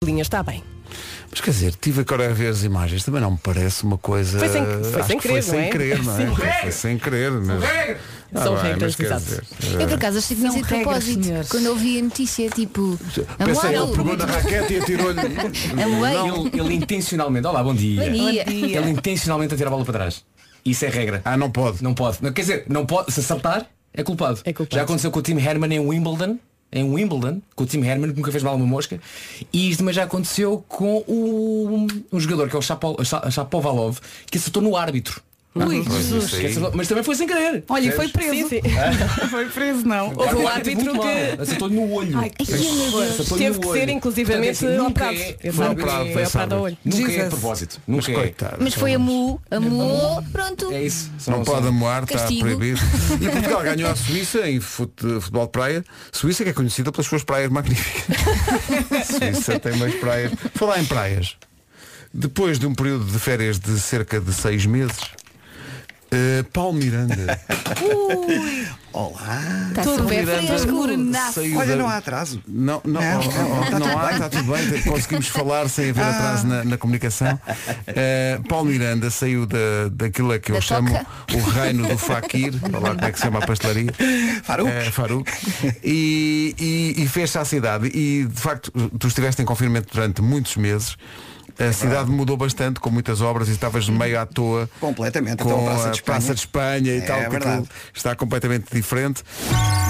Palhinha está bem. Mas quer dizer, tive agora a ver as imagens, também não me parece uma coisa. Foi sem- foi Acho sem que querer, foi sem não é? Querer, não é? Sim. Foi sem querer, mas... Ah, São bem, regras, mas quer exato. dizer, eh, Eu por acaso achei que tinha São sido de regras, propósito. senhores. Quando eu vi a notícia, tipo. Pensei, Amuel, ele pegou na raquete e atirou-lhe. É um Amuel, Ele, ele intencionalmente, olá, bom dia. Bom dia. Ele intencionalmente atira a bola para trás. Isso é regra. Ah, não pode. Não pode. Não, quer dizer, não pode. Se acertar, é culpado. É culpado. Já aconteceu com o Tim Herman em Wimbledon. Em Wimbledon, com o Tim Herman, que nunca fez mal a uma mosca. E isto também já aconteceu com o, um jogador que é o Shapo- Sha- Shapovalov, que acertou no árbitro. Ui, Jesus. Que acertou- Mas também foi sem querer. Olha, e foi Sim, preso. sim. foi preso, não. Houve um O árbitro árbitro muito que mal. Acertou-lhe no olho. Ai, que Acertou-lhe teve no que olho. ser inclusivamente Portanto, é assim, nunca operado. é- Esse foi árbitro operado, foi foi operado ao olho. Nunca é a Jesus. propósito. Mas Nunca é. coitado. Mas foi a Mu, É a Mu, pronto. É isso. São- Não pode são- amoar, está Castigo. proibido. E Portugal ganhou a Suíça em fute- futebol de praia. Suíça que é conhecida pelas suas praias magníficas. Suíça tem mais praias. Falar em praias. Depois de um período de férias de cerca de seis meses, eh, Paulo Miranda Está super fresco. saiu Olha, da- não há atraso. Não, não, Não, oh, oh, não, oh, tá não tudo há, bem. Ah. está tudo bem, então conseguimos falar sem haver atraso na, na comunicação. Uh, Paulo Miranda saiu da, daquilo a que eu Da chamo toca. o reino do Fakir, olha lá como é que se chama a pastelaria. Faruque. Eh, Faruque. E, e, e fez-se à cidade. E de facto, tu estiveste em confinamento durante muitos meses. É A cidade mudou bastante com muitas obras e estavas meio à toa Completamente, com então, a Praça de a Espanha. Praça de Espanha e É tal, que aquilo verdade. está completamente diferente.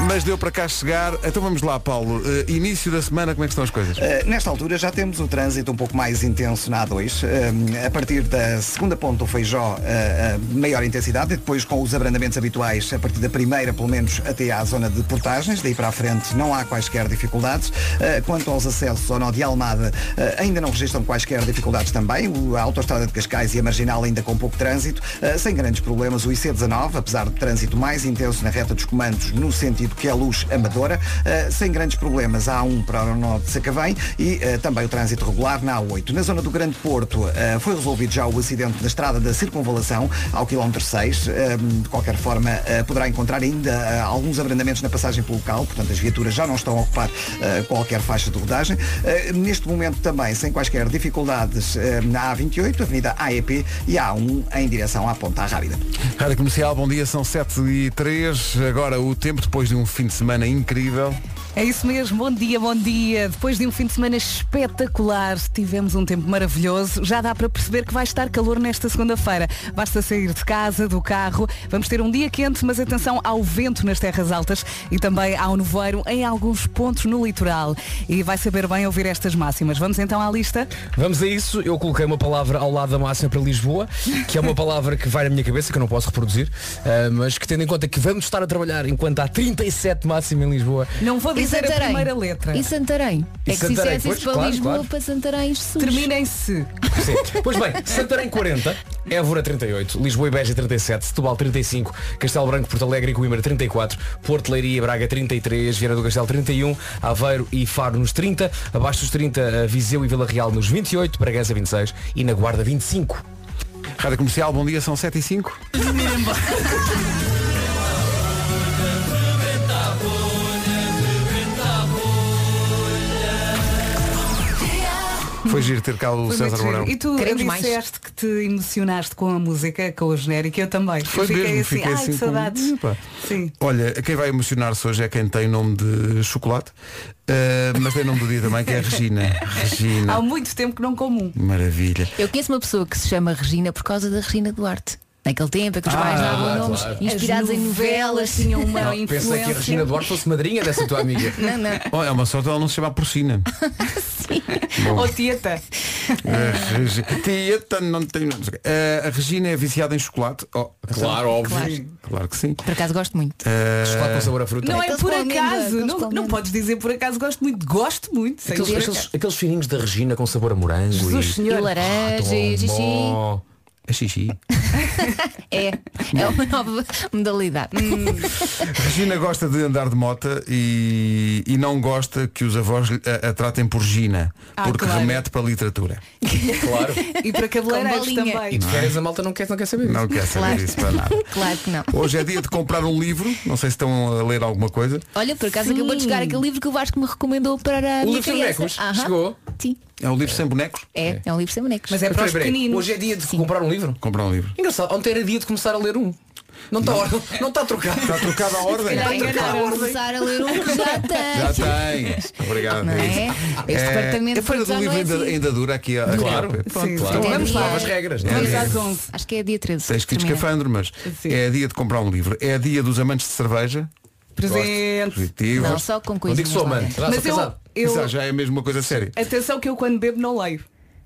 Mas deu para cá chegar. Então vamos lá, Paulo. Eh, início da semana, como é que estão as coisas? Eh, nesta altura já temos o trânsito um pouco mais intenso na A2. eh, a partir da segunda ponta do Feijó, eh, a maior intensidade, e depois com os abrandamentos habituais, a partir da primeira, pelo menos, até à zona de portagens. Daí para a frente não há quaisquer dificuldades. Eh, quanto aos acessos ao nó de Almada, eh, ainda não registram quaisquer dificuldades também. O- A autoestrada de Cascais e a Marginal ainda com pouco trânsito, eh, sem grandes problemas. O IC19, apesar de trânsito mais intenso na reta dos comandos, no sentido que é luz amadora, eh, sem grandes problemas. A A1 para o norte de Sacavém e eh, também o trânsito regular na A8. Na zona do Grande Porto eh, foi resolvido já o acidente na estrada da circunvalação ao quilómetro 6. Eh, de qualquer forma, eh, poderá encontrar ainda eh, alguns abrandamentos na passagem pelo local, portanto as viaturas já não estão a ocupar eh, qualquer faixa de rodagem. Eh, neste momento também, sem quaisquer dificuldades, eh, na A28, Avenida AEP e A1 em direção à Ponta Rábida. Rádio Comercial, bom dia, são 7 e 3 Agora o tempo, depois de um fim de semana incrível. É isso mesmo, bom dia, bom dia. Depois de um fim de semana espetacular, tivemos um tempo maravilhoso. Já dá para perceber que vai estar calor nesta segunda-feira. Basta sair de casa, do carro. Vamos ter um dia quente, mas atenção ao vento nas terras altas e também ao nevoeiro em alguns pontos no litoral. E vai saber bem ouvir estas máximas. Vamos então à lista? Vamos a isso, eu coloquei uma palavra ao lado da máxima para Lisboa, que é uma palavra que vai na minha cabeça, que eu não posso reproduzir, ah, mas que tendo em conta que vamos estar a trabalhar enquanto há 37 máxima em Lisboa. Não vou E dizer a Santarém. primeira letra. E Santarém. E é que se Santarém, dissesse pois, isso para claro, Lisboa, claro. para Santarém, Jesus. Terminem-se. Sim. Pois bem, Santarém 40, Évora 38, Lisboa e Beja 37, Setúbal 35, Castelo Branco, Porto Alegre e Coimbra 34, Porto Leiria e Braga 33, Vieira do Castelo 31, Aveiro e Faro nos 30, abaixo dos 30 a Viseu e Vila Real nos 28, Bragança 26 e na Guarda 25. Rádio Comercial, bom dia, são 7 e 5 Foi giro ter cá o Foi muito César giro. Mourão. E tu Queremos disseste que te emocionaste com a música, com o genérico, eu também. Foi eu fiquei mesmo, assim, fiquei ai assim que com- saudades. Epá. Sim. Olha, quem vai emocionar-se hoje é quem tem nome de chocolate, eh, mas tem nome do dia também, que é Regina. Há Regina. muito tempo que não como um. Maravilha. Eu conheço uma pessoa que se chama Regina por causa da Regina Duarte. Naquele tempo em Ah, que os pais davam nomes inspirados As em novelas. tinham uma Ah, Pensei que a Regina Duarte fosse madrinha dessa tua amiga. Não, não. Oh, é uma sorte ela não se chamar porcina. Ou Oh, tieta. Eh, Regi- Tieta, não tenho- não sei o quê. Eh, a Regina é viciada em chocolate. Oh, Claro, óbvio. claro. Claro que sim. Por acaso gosto muito. Eh, Chocolate com sabor à fruta. Não é Aqueles por com amêndoa, acaso. aqueles Não, com não amêndoa. podes dizer por acaso gosto muito. Gosto muito. Sem Aqueles, dizer aqueles, acaso. aqueles fininhos da Regina com sabor a morango Jesus e... E senhor. Ah, laranja, tão e xixi. bom. É xixi. É. É uma nova modalidade. Regina gosta de andar de mota e, e não gosta que os avós lhe- a, a tratem por Gina, Ah, porque claro. remete para a literatura. Claro. E para cabeleireiros Com bolinha. E também. de férias a malta não é? quer, não quer saber. Não quer saber Claro. isso para nada. Claro que não. Hoje é dia de comprar um livro, não sei se estão a ler alguma coisa. Olha, por acaso Sim. acabou de chegar aquele livro que o Vasco me recomendou para a O minha livro dos criança. bonecos Aham. chegou? Sim. É um livro sem bonecos? É, é um livro sem bonecos. Mas é para os Espera aí, pequeninos. Hoje é dia de comprar um livro? Comprar um livro. Engraçado, ontem era dia de começar a ler um. Não está não tá está trocado. Está trocada a ordem? Calhar Vai trocar a enganaram-se, ordem. começar a ler um que já Já tem. tens. Obrigado. Não é? isso. Este departamento a feira já não do livro é ainda, assim. ainda dura aqui a a- Claro. Pronto, Sim, claro. sim. Então, Tem Vamos dia- lá, as regras. não é? Vamos às 11. Acho que é dia 13. Tens que ir de termina. escafandro, mas Sim. é dia de comprar um livro. É dia dos amantes de cerveja. Presente. Positivos. Não, só com Não coisas. é. digo sou amante. lá lá sou Mas eu, casado. eu- Isso já é mesmo uma coisa séria. Atenção que eu quando bebo não leio.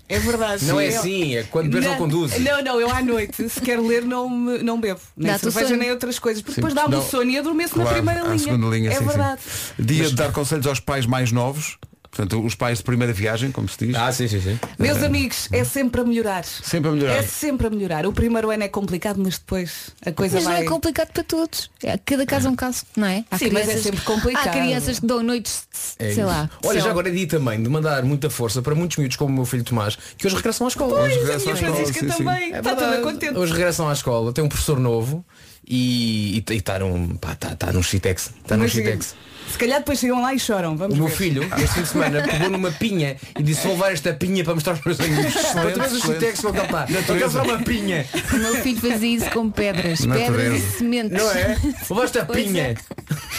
É verdade. Não é Eu- assim, é quando bebes não conduzes. Não, não, eu à noite, se quero ler, não, me- não bebo. Nem Dá-te o cerveja, sono. nem outras coisas. Porque Sim, depois dá-me não. o sono e adormeço na Claro, primeira à linha. segunda linha, é sim, sim. verdade. Dia de dar conselhos aos pais mais novos. Portanto, os pais de primeira viagem, como se diz. Ah, sim, sim, sim. Meus amigos, é sempre a melhorar. Sempre a melhorar. É sempre a melhorar. O primeiro ano é complicado, mas depois a coisa Mas não vai. é complicado para todos. É, Cada caso é um caso, não é? Sim, mas é sempre complicado. Há crianças que dão noites, de- É sei isso. lá. Olha, sei já lá. agora é dia também de mandar muita força para muitos miúdos como o meu filho Tomás, que hoje regressam à escola. Pois, é. a Hoje regressa minha à escola, Francisca sim, sim. também. É Está toda verdade. contente. Hoje regressam à escola, tem um professor novo e está e, tá num. Pá, tá, tá num shitex. Está num Mas, shitex. se calhar depois chegam lá e choram. Vamos O meu ver. filho, Ah. este fim de semana, pegou numa pinha e disse vou levar esta pinha para mostrar aos meus amigos. Excelente, Mas os shitex vão capar. Vou comprar uma pinha. O meu filho fazia isso com pedras. Natureza. Pedras e sementes. Não é? Vou levar esta Pois é. pinha.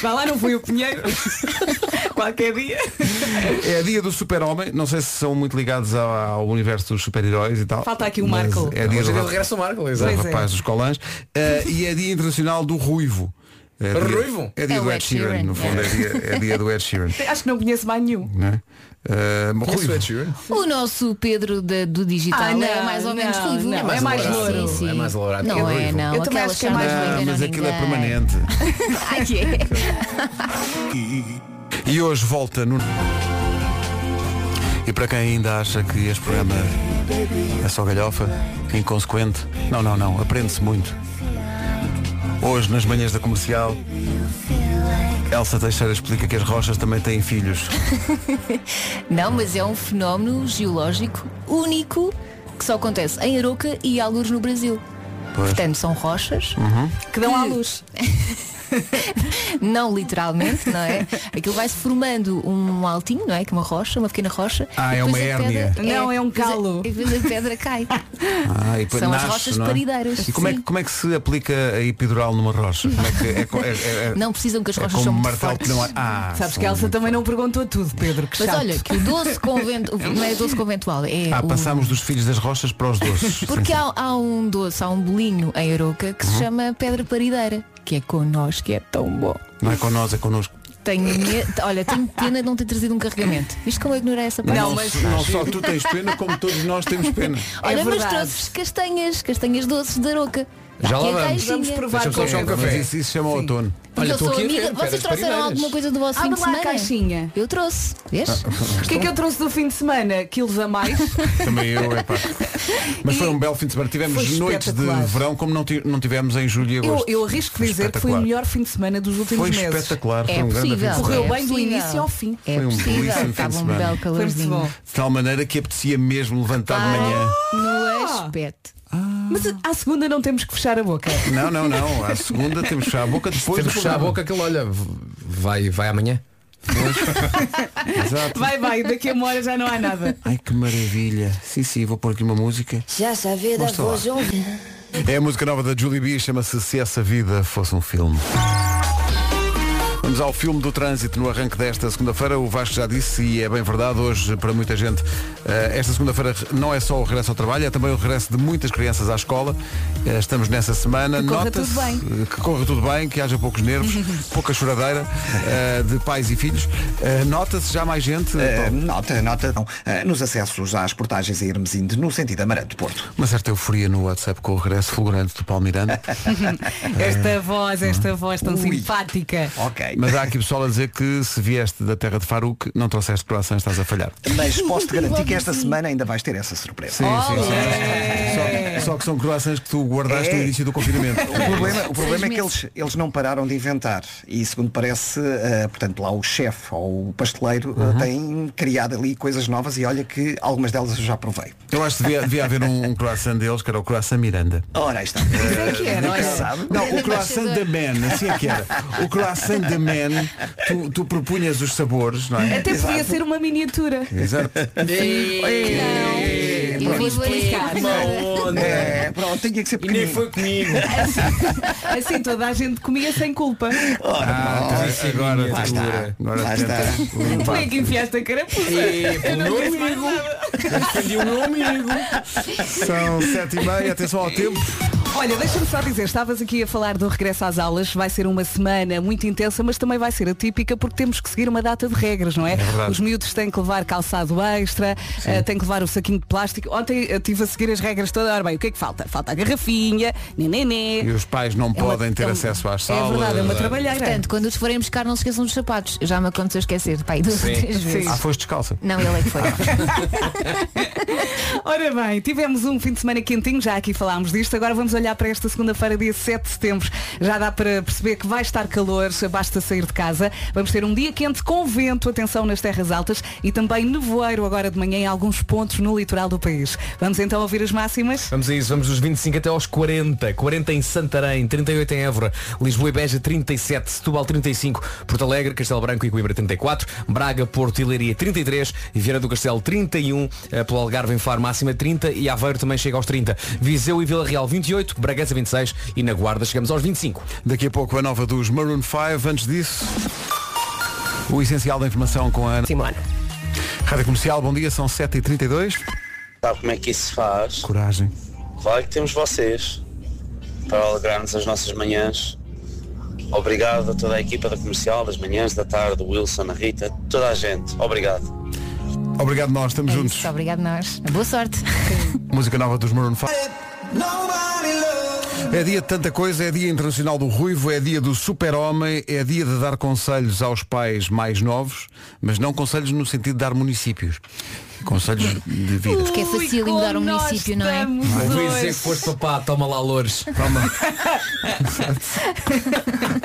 Vá lá, não fui o Pinheiro. Qualquer dia. É dia do super-homem. Não sei se são muito ligados ao, ao universo dos super-heróis e tal. Falta aqui o Mas Marco. É dia do Hoje é dia de rap- regresso ao Marco, do exato. Pois é. rapaz dos colãs. Eh, e é dia internacional do ruivo. É dia- Ruivo? É dia É do Ed Sheeran, no fundo. É dia, é dia do Ed Sheeran. Acho que não conheço mais nenhum. Não é? Eh, Conhece ruivo. é o Ed Sheeran? O nosso Pedro da- do digital Ah, não, é mais ou menos não, ruivo. não, é mais louro. Sim, sim. É mais lourado, Não é é, ruivo. não. Eu também acho que é Aquela mais chama louro. não Ah, mas enganou aquilo é ninguém. permanente. Ai, é. E hoje volta no. E para quem ainda acha que este programa é só galhofa, inconsequente, não, não, não, aprende-se muito. Hoje, nas manhãs da comercial, Elsa Teixeira explica que as rochas também têm filhos. Não, mas é um fenómeno geológico único que só acontece em Aroca e Alures no Brasil. Pois. Uhum. Portanto, são rochas, Que dão à luz. não literalmente, não é? Aquilo vai-se formando um altinho, não é? Que é uma rocha, uma pequena rocha. Ah, e é depois uma a pedra- hérnia. Não, é um depois a- calo. E depois a pedra cai. Ah, e depois São as nasce, rochas não é? parideiras, E como é, que- sim. como é que se aplica a epidural numa rocha? Como é que é, co- é- é- é- Não precisam que as é rochas como são um muito martelo que fortes. não há. Ah, Sabes são que a Elsa muito também não perguntou tudo, Pedro. Que Mas chato. olha, que o doce convento, não é doce conventual, é Ah, o- passámos dos filhos das rochas para os doces. Porque há, há um doce, há um bolinho em Aroca que se chama Pedra Parideira, que é connosco, que é tão bom. Não é com nós, é connosco. Tenho medo, olha, tenho pena de não ter trazido um carregamento. Viste como eu ignorei essa parte? Não, mas- não só tu tens pena, como todos nós temos pena. Olha, É mas verdade. trouxe castanhas, castanhas doces de Aroca. Já lá Aqui a vamos. caixinha. Vamos provar. Deixa-me só É, puxar um mas café. isso, isso chama outono. Mas eu estou sou aqui a amiga. ver, Vocês pedras trouxeram parideiras. alguma coisa do vosso Abre fim de lá a semana? caixinha. Eu trouxe, vês? O que é que eu trouxe do fim de semana? Quilos a mais. Também eu, é pá. Mas E foi um belo fim de semana. Tivemos foi noites de espetacular. verão como não, ti- não tivemos em julho e Eu, agosto. eu arrisco Foi dizer que foi o espetacular. melhor fim de semana dos últimos Foi meses. espetacular, foi É um grande fim possível. de Correu semana. é bem do possível. início ao fim. É Foi um belíssimo fim possível. de Estava um semana. belo Foi muito calorzinho. bom. De tal maneira que apetecia mesmo levantar de manhã. No Ah! aspecto. Mas à segunda não temos que fechar a boca. Não, não, não. À segunda temos chá à boca depois Temos do que fechar a programa. boca que ele olha, v- vai, vai amanhã. Exato. Vai, vai, daqui a uma hora já não há nada. Ai que maravilha. Sim, sim, vou pôr aqui uma música. Já se a vida Mostra lá. vos ouvir. É a música nova da Julie B, chama-se Se Essa Vida Fosse um Filme. Vamos ao filme do trânsito no arranque desta segunda-feira. O Vasco já disse, e é bem verdade, hoje para muita gente, eh, esta segunda-feira não é só o regresso ao trabalho, é também o regresso de muitas crianças à escola. Eh, Estamos nessa semana. Que corra Nota-se, tudo bem. eh, Que corra tudo bem, que haja poucos nervos, pouca choradeira eh, de pais e filhos. Eh, Nota-se já mais gente, Eh, Paulo? nota, nota, não. Eh, nos acessos às portagens a Hermesinde, no sentido Amarante-Porto. uma certa euforia no WhatsApp com o regresso fulgurante do Paulo Miranda. Esta voz, esta voz tão simpática. Ok. Mas, Mas há aqui pessoal a dizer que se vieste da terra de Faruk, não trouxeste croissants, estás a falhar. posso-te garantir que esta Sim. semana ainda vais ter essa surpresa. sim, sim. Só, só que são croissants que tu guardaste É. no início do confinamento. O problema, o problema é que meses. eles, eles não pararam de inventar e segundo parece, eh, portanto lá o chefe ou o pasteleiro eh, Uhum. tem criado ali coisas novas e olha que algumas delas eu já provei. Eu acho que devia, devia haver um, um croissant deles, que era o croissant Miranda. Ora aí está. é que era, Nunca olha. se sabe. Não, o croissant da Man, assim é que era. O croissant da Man Man, tu, tu propunhas os sabores, não é? Até podia ser uma miniatura. Exato. Então, É, Eu vou explicar. É, pronto, tinha que ser E nem pequenino. foi comigo. Assim toda a gente comia sem culpa. Ah, sim, agora minha tu- dura. Agora Lá tentas está. Foi limpar. é que enfiaste a carapuça. E É, pelo não meu quero mais amigo. nada. Defendi o meu amigo. São sete e meia, atenção ao tempo. Olha, deixa-me só dizer, estavas aqui a falar do regresso às aulas, vai ser uma semana muito intensa, mas também vai ser atípica porque temos que seguir uma data de regras, não é? verdade. Os miúdos têm que levar calçado extra, eh, têm que levar o saquinho de plástico. Ontem eu estive a seguir as regras toda hora. Bem, o que é que falta? Falta a garrafinha, E nenenê. os pais não uma- podem ter é um- acesso às É salas. verdade, é uma trabalheira. Portanto, quando os forem buscar, não se esqueçam dos sapatos. Já me aconteceu esquecer. Pai, duas ou Sim. três vezes. Ah, foste descalça. Não, ele é que foi. Ora bem, tivemos um fim de semana quentinho, já aqui falámos disto, agora vamos olhar para esta segunda-feira, dia 7 de setembro. Já dá para perceber que vai estar calor, basta sair de casa. Vamos ter um dia quente com vento, atenção nas terras altas e também nevoeiro agora de manhã em alguns pontos no litoral do país. Vamos então ouvir as máximas? Vamos a isso, vamos dos 25 até aos 40. 40 em Santarém, 38 em Évora, Lisboa e Beja 37, Setúbal 35, Porto Alegre, Castelo Branco e Coimbra 34, Braga, Porto e Leiria 33, e Viana do Castelo 31, eh, pelo Algarve em Faro máxima 30 e Aveiro também chega aos 30. Viseu e Vila Real 28, Bragança 26 e na Guarda chegamos aos 25. Daqui a pouco a nova dos Maroon 5. Antes disso, o essencial da informação com a Ana Simone. Rádio Comercial, bom dia, são 7h32. Sabe como é que isso se faz? Coragem. Claro que temos vocês para alegrar-nos as nossas manhãs. Obrigado a toda a equipa da comercial, das manhãs, da tarde, o Wilson, a Rita, toda a gente. Obrigado. Obrigado nós, estamos É juntos. isso, obrigado nós. Boa sorte. Música nova dos Maroon 5. É dia de tanta coisa, é dia internacional do ruivo, é dia do super-homem, é dia de dar conselhos aos pais mais novos, mas não conselhos no sentido de dar municípios. Conselhos de vida. Porque é fácil mudar um município, não é? foste papá, toma lá Loures. Toma.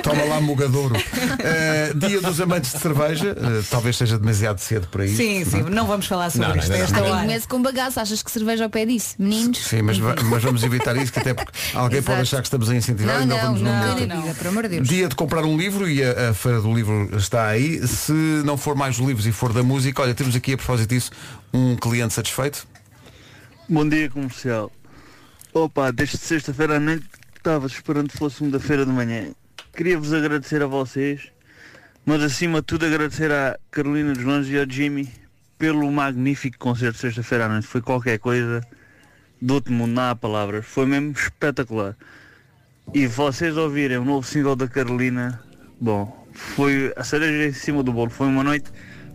Toma lá mugadouro. Eh, dia dos amantes de cerveja, eh, talvez seja demasiado cedo para isso. Sim, sim, não vamos falar sobre Não, não, isto. não, não. esta Nem hora. começo com um bagaço, achas que cerveja ao pé disso? Meninos? Sim, mas, va- mas vamos evitar isso, que até porque alguém pode Exato. achar que estamos a incentivar Não, e não, não, vamos não, nunca. nunca na não. vida, por amor de Deus. Dia de comprar um livro e a, a feira do livro está aí. Se não for mais dos livros e for da música, olha, temos aqui a propósito disso um cliente satisfeito. Bom dia comercial. Opa, desde sexta-feira à noite estava esperando que fosse segunda-feira de manhã. Queria-vos agradecer a vocês, mas acima de tudo agradecer à Carolina dos Langes e ao Jimmy pelo magnífico concerto de sexta-feira à noite. Foi qualquer coisa do outro mundo, não há palavras. Foi mesmo espetacular. E vocês ouvirem o novo single da Carolina, bom, foi a cereja em cima do bolo. Foi uma noite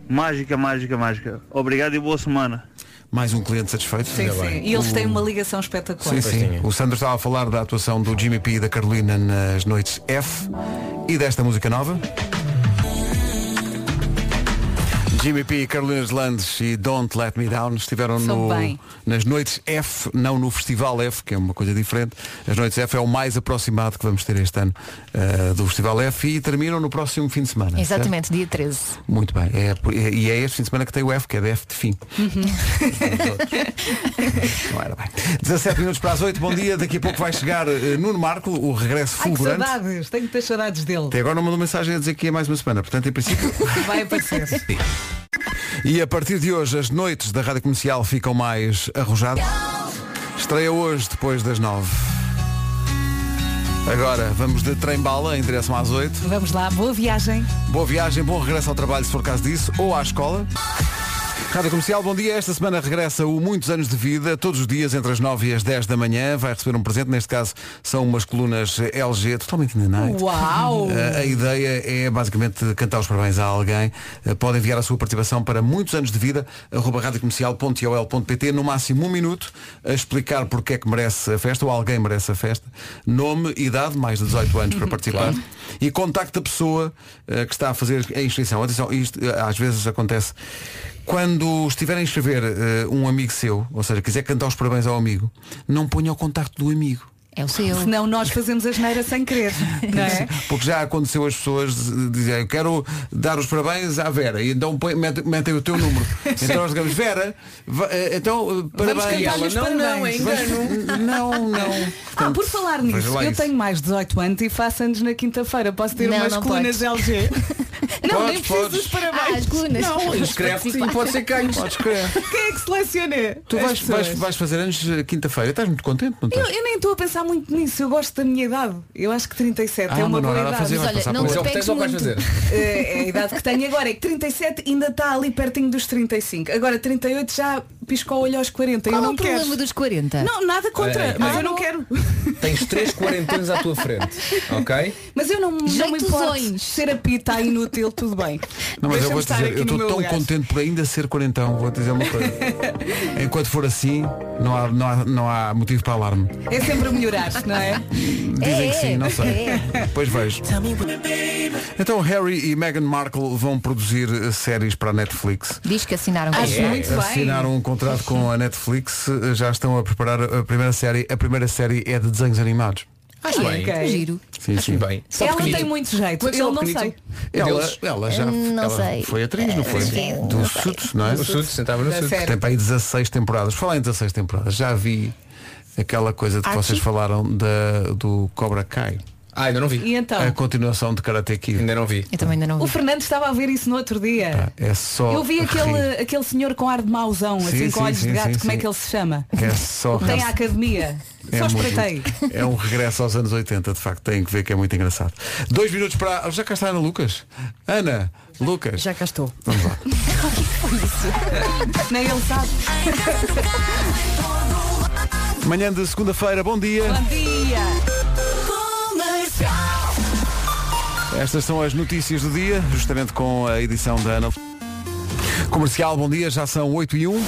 mágica, mágica, mágica. Obrigado e boa semana. Mais um cliente satisfeito. Sim, sim. E eles têm uma ligação espetacular. Sim, sim. O Sandro estava a falar da atuação do Jimmy P e da Carolina nas noites F e desta música nova. Jimmy P, Carolina Landes e Don't Let Me Down estiveram São no- bem. nas noites F, não no Festival F, que é uma coisa diferente. As noites F é o mais aproximado que vamos ter este ano eh, do Festival F e terminam no próximo fim de semana. Exatamente, dia 13. certo? Muito bem. É por- é- e é este fim de semana que tem o F, que é de F de fim. Uhum. Não era bem. 17 minutos para as 8, bom dia. Daqui a pouco vai chegar eh, Nuno Marco, o regresso Ai, que fulgurante. saudades, tenho muitas saudades dele. Até agora não mandou mensagem a dizer que é mais uma semana, portanto, em princípio. Vai aparecer. e a partir de hoje, as noites da rádio comercial ficam mais arrojadas. Estreia hoje, depois das 9. Agora vamos de trem-bala em direção às 8. Vamos lá, boa viagem. Boa viagem, bom regresso ao trabalho se for caso disso, ou à escola. Rádio Comercial, bom dia. Esta semana regressa o Muitos Anos de Vida, todos os dias entre as 9 e as 10 da manhã. Vai receber um presente, neste caso são umas colunas LG, totalmente in the night. Uau! Eh, A ideia é basicamente cantar os parabéns a alguém. Eh, Pode enviar a sua participação para muitos anos de vida, arroba radiocomercial.iol.pt, no máximo um minuto, a explicar porque é que merece a festa ou alguém merece a festa. Nome, idade, mais de 18 anos para participar. E contacta a pessoa eh, que está a fazer a inscrição. Atenção, isto eh, às vezes acontece. Quando estiver a inscrever eh, um amigo seu, ou seja, quiser cantar os parabéns ao amigo, não ponha o contacto do amigo. É o seu. Senão nós fazemos a geneira sem querer, não é? Porque já aconteceu as pessoas dizerem eu quero dar os parabéns à Vera e então põe- mete- metem o teu número. então nós digamos, Vera, va- eh, então eh, parabéns. cantar-lhe os Não, não, é parabéns. engano. Vamos- Não, não. Ah, por falar nisso, veja lá eu isso. tenho mais 18 anos e faço anos na quinta-feira. Posso ter Não, umas não colunas LG? não, Podes, nem preciso podes. dos parabéns. Ah, as colunas. Não, Escreve-te e pode ser ganhos. Podes crer. quem é que seleciona? Tu as vais, vais, pessoas? vais fazer anos eh, quinta-feira. Estás muito contente, não Eu, estás? eu nem estou a pensar muito nisso, eu gosto da minha idade. Eu acho que 37 Ah, é uma mas não há boa nada a idade. fazer, Mas vai olha, passar não por Mas te é o que tens pegues ou o que vais muito. fazer? É é a idade que tenho agora, é que 37 ainda está ali pertinho dos 35. Agora 38 já piscou o olho aos 40. Qual eu é não o quero. problema dos 40? Não, nada contra, Olha aí, mas olha eu aí. não quero. Tens três quarentões à tua frente. Ok? Mas eu não, não me importo. Jeitosões. Ser a pita tá inútil, tudo bem. Não, mas Deixa-me eu vou estar dizer, aqui no eu estou meu tão lugar. contente por ainda ser quarentão, vou dizer uma coisa. Enquanto for assim, não há, não há, não há motivo para alarme. É sempre a melhorar, não é? Dizem É, que sim, não sei. é. Depois vejo. Então Harry e Meghan Markle vão produzir eh, séries para a Netflix. Diz que assinaram é? Acho contrato. É. muito bem. Assinaram um contrato com a Netflix, eh, já estão a preparar a primeira série. A primeira série é de desenhos animados. Acho Ai, bem. ok. Giro. Sim, Acho bem. Só Ela pequenito. tem muito jeito, Como é que se eu chama o não sei. pequenito? Ela, Deles? ela já Não ela sei. foi atriz, não foi? Sim, Do não sei. Suits, não é? O Suits, sentava no Da Suits. série. Tem para aí 16 temporadas. Falar em 16 temporadas, já vi aquela coisa de que Archie? vocês falaram da, do Cobra Kai. Ah, ainda não E vi. então, A continuação de Karate Kid. Ainda não vi. Eu também ainda não o vi. Fernando estava a ver isso no outro dia. É só. Eu vi rir. aquele, aquele senhor com ar de mauzão, Sim, assim sim, com olhos sim, de gato, sim, como é sim. que ele se chama? É só. Tem a academia. É Só muito- espreitei. É um regresso aos anos 80, de facto. Tem que ver que é muito engraçado. Dois minutos para. Já cá está a Ana Lucas. Ana, Lucas. cá estou. Vamos lá. Nem ele sabe. Manhã de segunda-feira, bom dia. Bom dia. Estas são as notícias do dia, justamente com a edição da Ana. Comercial, bom dia, já são 8 e 1.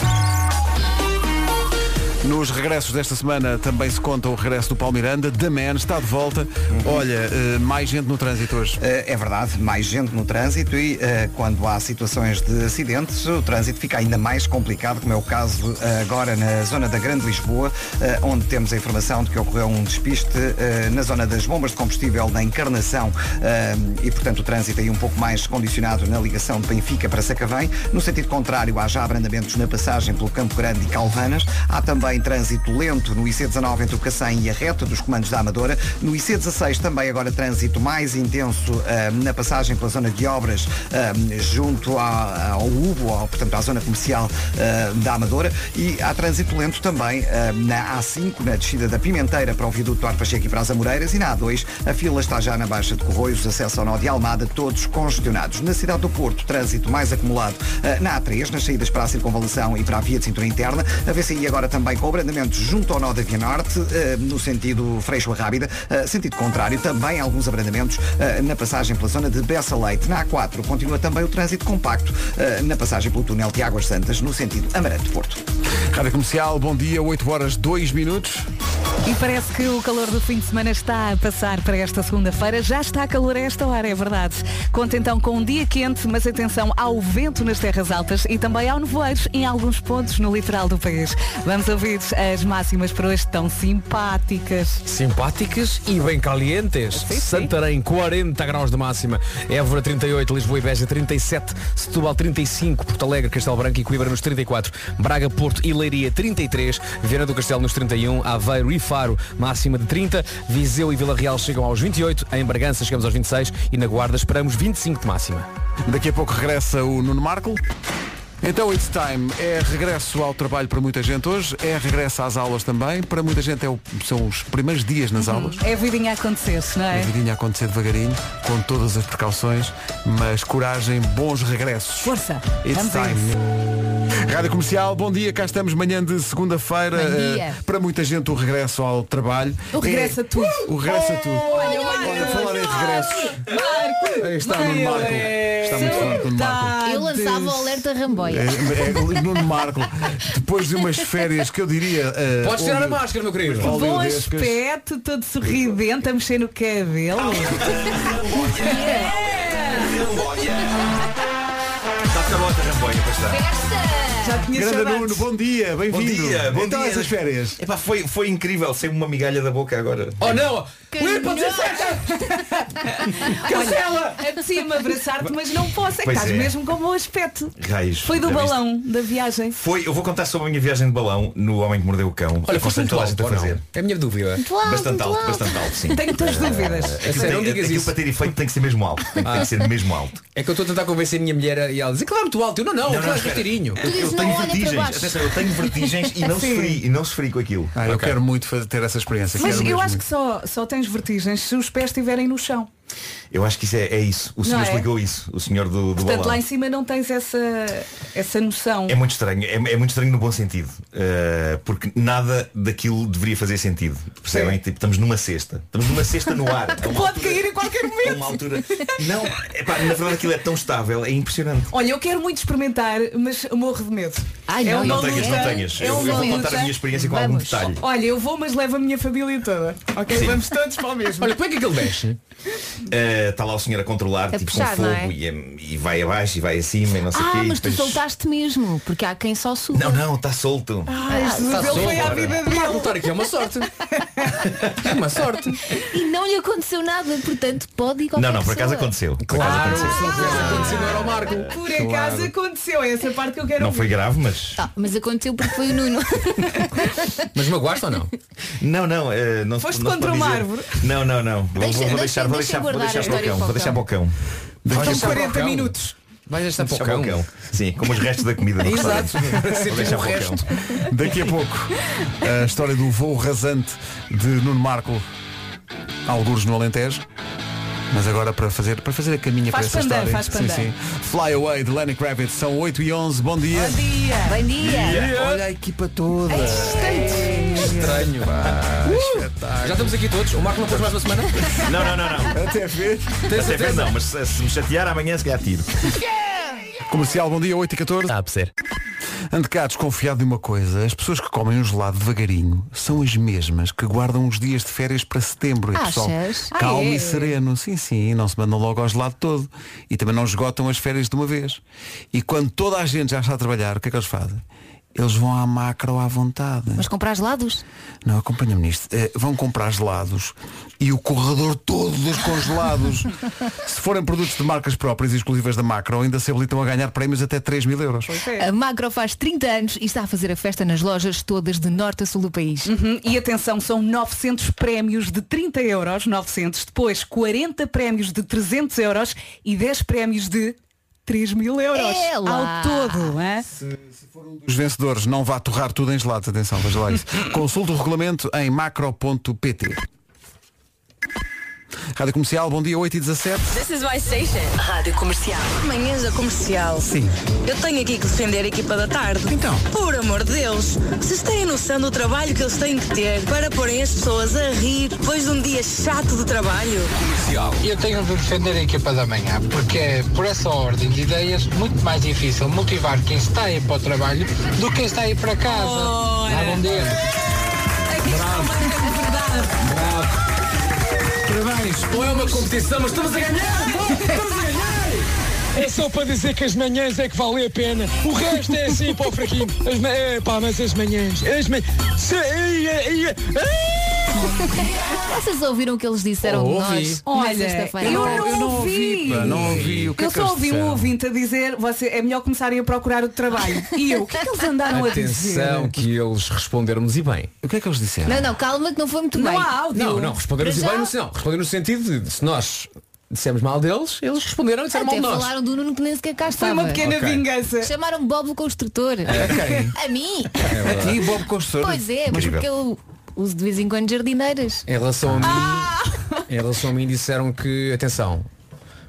Nos regressos desta semana também se conta o regresso do Palmiranda. The Man está de volta. Uhum. Olha, eh, mais gente no trânsito hoje. Eh, É verdade, mais gente no trânsito e eh, quando há situações de acidentes, o trânsito fica ainda mais complicado, como é o caso eh, agora na zona da Grande Lisboa, eh, onde temos a informação de que ocorreu um despiste eh, na zona das bombas de combustível da Encarnação eh, e, portanto, o trânsito aí um pouco mais condicionado na ligação de Benfica para Sacavém. No sentido contrário, há já abrandamentos na passagem pelo Campo Grande e Calvanas. Há também trânsito lento no IC19 entre o Cacém e a reta dos comandos da Amadora. No IC16 também agora trânsito mais intenso eh, na passagem pela zona de obras eh, junto à- ao Ubo, ao- portanto à zona comercial eh, da Amadora. E há trânsito lento também eh, na A5, na descida da Pimenteira para o viaduto do Arpacheco e para as Amoreiras. E na A2, a fila está já na Baixa de Corroios, acesso ao Nó de Almada, todos congestionados. Na cidade do Porto, trânsito mais acumulado eh, na A3, nas saídas para a circunvalação e para a via de cintura interna. A VCI agora também com abrandamentos junto ao nó da Via Norte, eh, no sentido Freixo a Rábida, eh, sentido contrário, também alguns abrandamentos eh, na passagem pela zona de Bessa Leite. Na A4 continua também o trânsito compacto eh, na passagem pelo túnel de Águas Santas, no sentido Amarante-Porto. Rádio Comercial, bom dia, 8 horas 2 minutos. E parece que o calor do fim de semana está a passar para esta segunda-feira. Já está calor a esta hora, é verdade. Conta então com um dia quente, mas atenção ao vento nas terras altas e também ao nevoeiros em alguns pontos no litoral do país. Vamos ouvir as máximas para hoje tão simpáticas. Simpáticas e bem calientes. sim. Santarém 40 graus de máxima, Évora 38, Lisboa e Beja 37, Setúbal 35, Porto Alegre, Castelo Branco e Coimbra nos 34, Braga, Porto e Leiria 33, Viana do Castelo nos 31, Aveiro e Faro máxima de 30, Viseu e Vila Real chegam aos 28, em Bragança chegamos aos 26 e na Guarda esperamos 25 de máxima. Daqui a pouco regressa o Nuno Marco. Então it's time. É regresso ao trabalho para muita gente hoje, é regresso às aulas também. Para muita gente é o- são os primeiros dias nas aulas. É a vidinha a acontecer, não A é? vidinha a acontecer devagarinho, com todas as precauções, mas coragem, bons regressos. Força! It's Vamos a isso. time. Rádio Comercial, bom dia, cá estamos manhã de segunda-feira. Bom dia. Eh, para muita gente o regresso ao trabalho. é Uh! O regresso a tudo. O regresso a tudo. Olha, falar em regressos. Aí está o Nuno Marco. Está muito forte o Nuno Marco. Eu lançava o alerta Ramboia. É, é, Nuno Marco, depois de umas férias que eu diria. eh, Podes tirar a onde- máscara, meu querido. Paulo Bom Iudescas. aspecto, todo sorridente, a mexer no Ah, cabelo. Festa! Já tinha Grande saudades. Nuno, bom dia, bem-vindo. Bom dia, bom então dia. essas férias. Epá, foi, foi incrível, sem uma migalha da boca agora. Oh não! Que Limpa, nojo! desinfeta! Cancela! Apetecia-me abraçar-te, mas não posso. É que Pois estás é. mesmo com bom aspecto. Raios. Foi do já viste? balão da viagem. Foi, eu vou contar sobre a minha viagem de balão no Homem que Mordeu o Cão. Olha, foste Aconselho muito toda a alto, gente a ou não? fazer. É a minha dúvida. Muito alto, Bastante muito alto, alto. bastante alto, sim. Tenho muitas dúvidas. Aquilo, sério, tem- não digas aquilo isso. para ter efeito tem que ser mesmo alto. Tem, que- Ah. tem que ser mesmo alto. É que eu estou a tentar convencer a minha mulher e ela diz, "É claro, muito alto. Eu não, não, Não, aquilo não, é espera. retirinho. Eu, eu dizes, tenho não, olha para vertigens. baixo. Atenção, eu tenho vertigens e não sofri, e não sofri com aquilo. Ah, eu Ok. quero muito fazer, ter essa é, experiência. Mas quero eu mesmo acho que muito. só, só tens vertigens se os pés estiverem no chão. Eu acho que isso é, é isso. O senhor Não é? explicou isso. O senhor do, do Portanto, balão. lá em cima não tens essa, essa noção. É muito estranho, é, é muito estranho no bom sentido. Uh, porque nada daquilo deveria fazer sentido. Percebem? Tipo, estamos numa cesta. Estamos numa cesta no ar. É Que Pode cair a qualquer a momento. uma altura. Não, epá, na verdade aquilo é tão estável, é impressionante. Olha, eu quero muito experimentar, mas morro de medo. É Ai, não, uma Não tenhas, não luta, tenhas. é Eu, uma eu vou luta. contar a minha experiência com algum um Vamos. detalhe. Olha, eu vou, mas levo a minha família toda. Ok? Sim. Vamos todos para o mesmo. Olha, como é que aquilo mexe? Uh, Está lá o senhor a controlar, A tipo puxar, com não fogo é? e, é- e vai abaixo e vai acima e não sei o quê. Ah, e mas tu depois- soltaste mesmo, porque há quem só suba. Não, não, está solto. Ah, este Está modelo solto, foi à ora. vida Claro, dele. voltar aqui é uma sorte. É uma sorte. E não lhe aconteceu nada, portanto pode ir qualquer Não, não, por acaso pessoa. aconteceu. Por acaso Ah, aconteceu. aconteceu no Aeromargo. Por acaso aconteceu, é essa parte que eu quero Não ouvir. foi grave, mas. Tá, mas aconteceu porque foi o Nuno. Mas magoaste ou não? Não, não, eh, não se- Foste não se contra pode uma dizer. árvore? Não, não, não. Vou- Deixa- deixa- vou, deixar, vou deixa deixar, vou guardar deixar a para o história cão. para o Vou deixar cão. para o cão. Vais Estão deixar para o 40 cão. minutos. Vais deixar Deixar para o cão. Sim, como os restos da comida do Exato. restaurante. Sim, Vou deixar o para o cão. resto. Daqui a pouco, a história do voo rasante de Nuno Marco, alguns no Alentejo. Mas agora para fazer, para fazer a caminha Faz para essa pandan, história. faz pandan. Sim, sim. Fly Away de Lenny Kravitz, são 8 e 11 bom dia. Bom dia. Bem dia. Olha a equipa toda. Estranho. Já estamos aqui todos. O Marco não pôs mais uma semana? Não, não, não, não. Até ver. Tens Até ver não, mas se, se me chatear amanhã se calhar tiro. Comercial, bom dia, 8 e 14. a perceber. Ande cá, desconfiado de uma coisa, as pessoas que comem um gelado devagarinho são as mesmas que guardam os dias de férias para setembro. E, pessoal, Achas? Ah, calmo é? e sereno, sim, sim, não se mandam logo ao gelado todo. E também não esgotam as férias de uma vez. E quando toda a gente já está a trabalhar, o que é que eles fazem? Eles vão à macro à vontade. Mas comprar gelados? Não, acompanha-me nisto. Eh, vão comprar gelados e o corredor todo dos congelados. se forem produtos de marcas próprias e exclusivas da macro, ainda se habilitam a ganhar prémios até 3 mil euros. É. A Macro faz 30 anos e está a fazer a festa nas lojas todas de norte a sul do país. Uhum, E atenção, são 900 prémios de 30 euros, 900, depois 40 prémios de 300 euros e 10 prémios de 3 mil euros É lá. ao todo. hã? Eh, Os um vencedores não vá torrar tudo em gelados, atenção, veja lá isso. Consulte o regulamento em macro.pt. Rádio Comercial, bom dia 8 e 17. This is my station. Rádio Comercial. Manhãs da Comercial. Sim. Eu tenho aqui que defender a equipa da tarde. Então. Por amor de Deus, vocês têm noção do trabalho que eles têm que ter para porem as pessoas a rir depois de um dia chato de trabalho? Eu tenho de defender a equipa da manhã, porque é por essa ordem de ideias muito mais difícil motivar quem está a ir para o trabalho do que quem está a ir para casa. Dá bom dia. Aqui está mais a é verdade. Parabéns. Não é uma competição, mas estamos a ganhar! É só para dizer que as manhãs é que vale a pena. O resto é assim para o fraquinho. As ma... Epá, mas as manhãs. As manhãs. Vocês ouviram o que eles disseram Oh, de ouvi. nós Olha, na sexta-feira? eu não, eu não ouvi, ouvi. pá, não ouvi. O que é eu que só eles ouvi um disseram? ouvinte a dizer, você, é melhor começarem a procurar o trabalho. E eu, o que é que eles andaram a dizer? Atenção que eles responderam-nos e bem. O que é que eles disseram? Não, não, calma que não foi muito Não bem. há áudio. Não, não, responderam-nos e Para bem já- no, não, responderam no sentido de, de se nós dissemos mal deles, eles responderam e disseram mal Até de nós. falaram do Nuno que nem sequer cá Foi estava. uma pequena Ok. vingança. Chamaram Bob o construtor. É, A mim? É É A ti, Bob Construtor. Pois é, mas porque eu uso de vez em quando jardineiras. Em relação a mim, Ah! em relação a mim disseram que, atenção,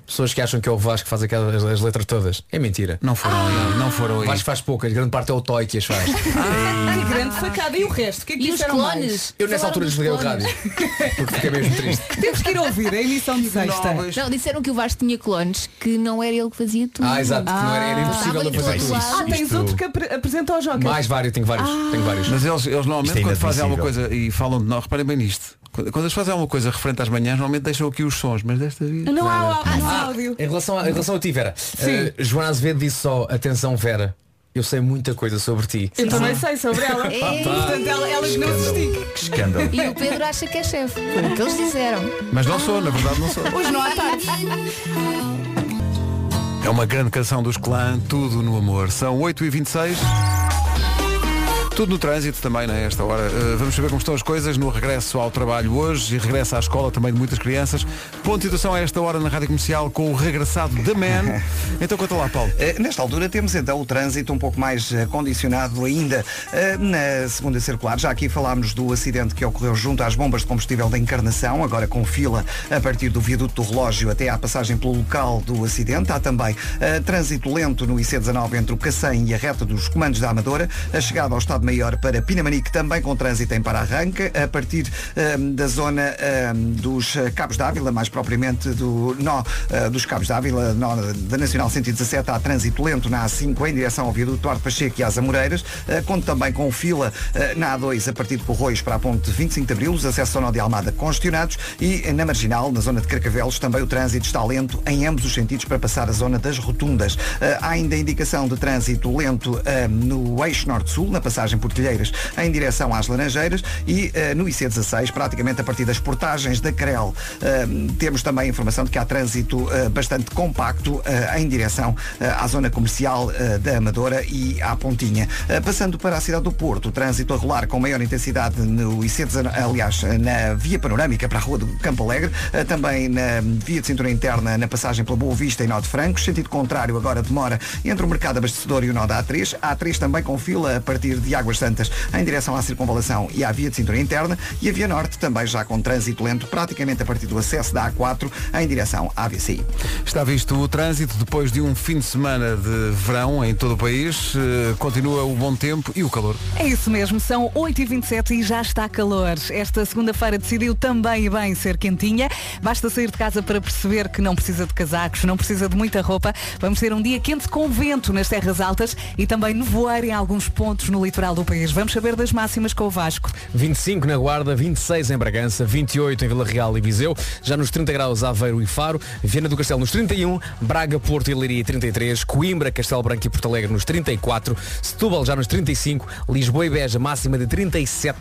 pessoas que acham que é o Vasco que faz aquelas as letras todas. É mentira. Não foram, Ah! não, não foram O aí. Vasco faz poucas, grande parte é o Toy que as faz. Que grande facada. E o resto? O que é que E os disseram mais? clones? Eu nessa Falaram altura dos desliguei o clones. rádio. Porque fiquei mesmo triste. Temos que ir ouvir é a emissão de sexta. Não, disseram que o Vasco tinha clones, que não era ele que fazia tudo. Ah, exato, que não era, era impossível não Estava fazer tudo enrolado. isso. Ah, tens Isto- outro que apre- apresenta ao Joker. Mais vários, tenho vários. Ah! Tenho vários. Mas eles, eles Isto normalmente é quando fazem alguma inadmissível. coisa e falam de nós, reparem bem nisto. Quando quando eles fazem alguma coisa referente às manhãs, normalmente deixam aqui os sons, mas desta vez. Não há, não há Ah, áudio. Em relação, a, em relação a ti, Vera, eh, Joana Azevedo disse só, atenção Vera, eu sei muita coisa sobre ti. Eu também sei sobre ela. Portanto, ela, elas não se esticam. Que escândalo. E o Pedro acha que é chefe. Foi o que eles disseram. Mas não sou, na verdade não sou. Hoje não há tarde. É uma grande canção dos clã, tudo no amor. São 8h26. Tudo no trânsito também, né? Esta hora. Uh, vamos saber como estão as coisas no regresso ao trabalho hoje e regresso à escola também de muitas crianças. Ponto de situação a esta hora na rádio comercial com o regressado da Man. Então conta lá, Paulo. Eh, Nesta altura temos então o trânsito um pouco mais eh, condicionado ainda eh, na segunda circular. Já aqui falámos do acidente que ocorreu junto às bombas de combustível da Encarnação, agora com fila a partir do viaduto do relógio até à passagem pelo local do acidente. Há também eh, trânsito lento no IC19 entre o Cacém e a reta dos comandos da Amadora. A chegada ao Estado Maior para Pinamanique também com trânsito em para-arranca, a partir eh, da zona eh, dos eh, Cabos de Ávila, mais propriamente do nó eh, dos Cabos de Ávila, nó da Nacional 117, há trânsito lento na A5 em direção ao viaduto Duarte Pacheco e às Amoreiras, eh, conto também com fila eh, na A2 a partir de Corroios para a ponte 25 de Abril, os acessos ao nó de Almada congestionados e eh, na Marginal, na zona de Carcavelos, também o trânsito está lento em ambos os sentidos para passar a zona das rotundas. Eh, há ainda indicação de trânsito lento eh, no eixo Norte-Sul, na passagem por Telheiras, em direção às Laranjeiras e eh, no IC16, praticamente a partir das portagens da Crel. Eh, temos também a informação de que há trânsito eh, bastante compacto eh, em direção eh, à zona comercial eh, da Amadora e à Pontinha. Eh, passando para a cidade do Porto, o trânsito a rolar com maior intensidade no IC19, aliás, eh, na via panorâmica para a rua do Campo Alegre, eh, também na via de cintura interna na passagem pela Boa Vista e Nó de Francos, sentido contrário agora demora entre o mercado abastecedor e o nó da A3, A3 também com fila a partir de Águas Santas em direção à circunvalação e à via de cintura interna e a via norte também já com trânsito lento praticamente a partir do acesso da A4 em direção à VCI. Está visto o trânsito depois de um fim de semana de verão em todo o país. Eh, Continua o bom tempo e o calor. É isso mesmo, são 8h27 e já está calor. Esta segunda-feira decidiu também e bem ser quentinha. Basta sair de casa para perceber que não precisa de casacos, não precisa de muita roupa. Vamos ter um dia quente com vento nas terras altas e também nevoeiro em alguns pontos no litoral do país. Vamos saber das máximas com o Vasco. 25 na Guarda, 26 em Bragança, 28 em Vila Real e Viseu, já nos 30 graus Aveiro e Faro, Viana do Castelo nos 31, Braga, Porto e Leiria 33, Coimbra, Castelo Branco e Porto Alegre nos 34, Setúbal já nos 35, Lisboa e Beja máxima de 37,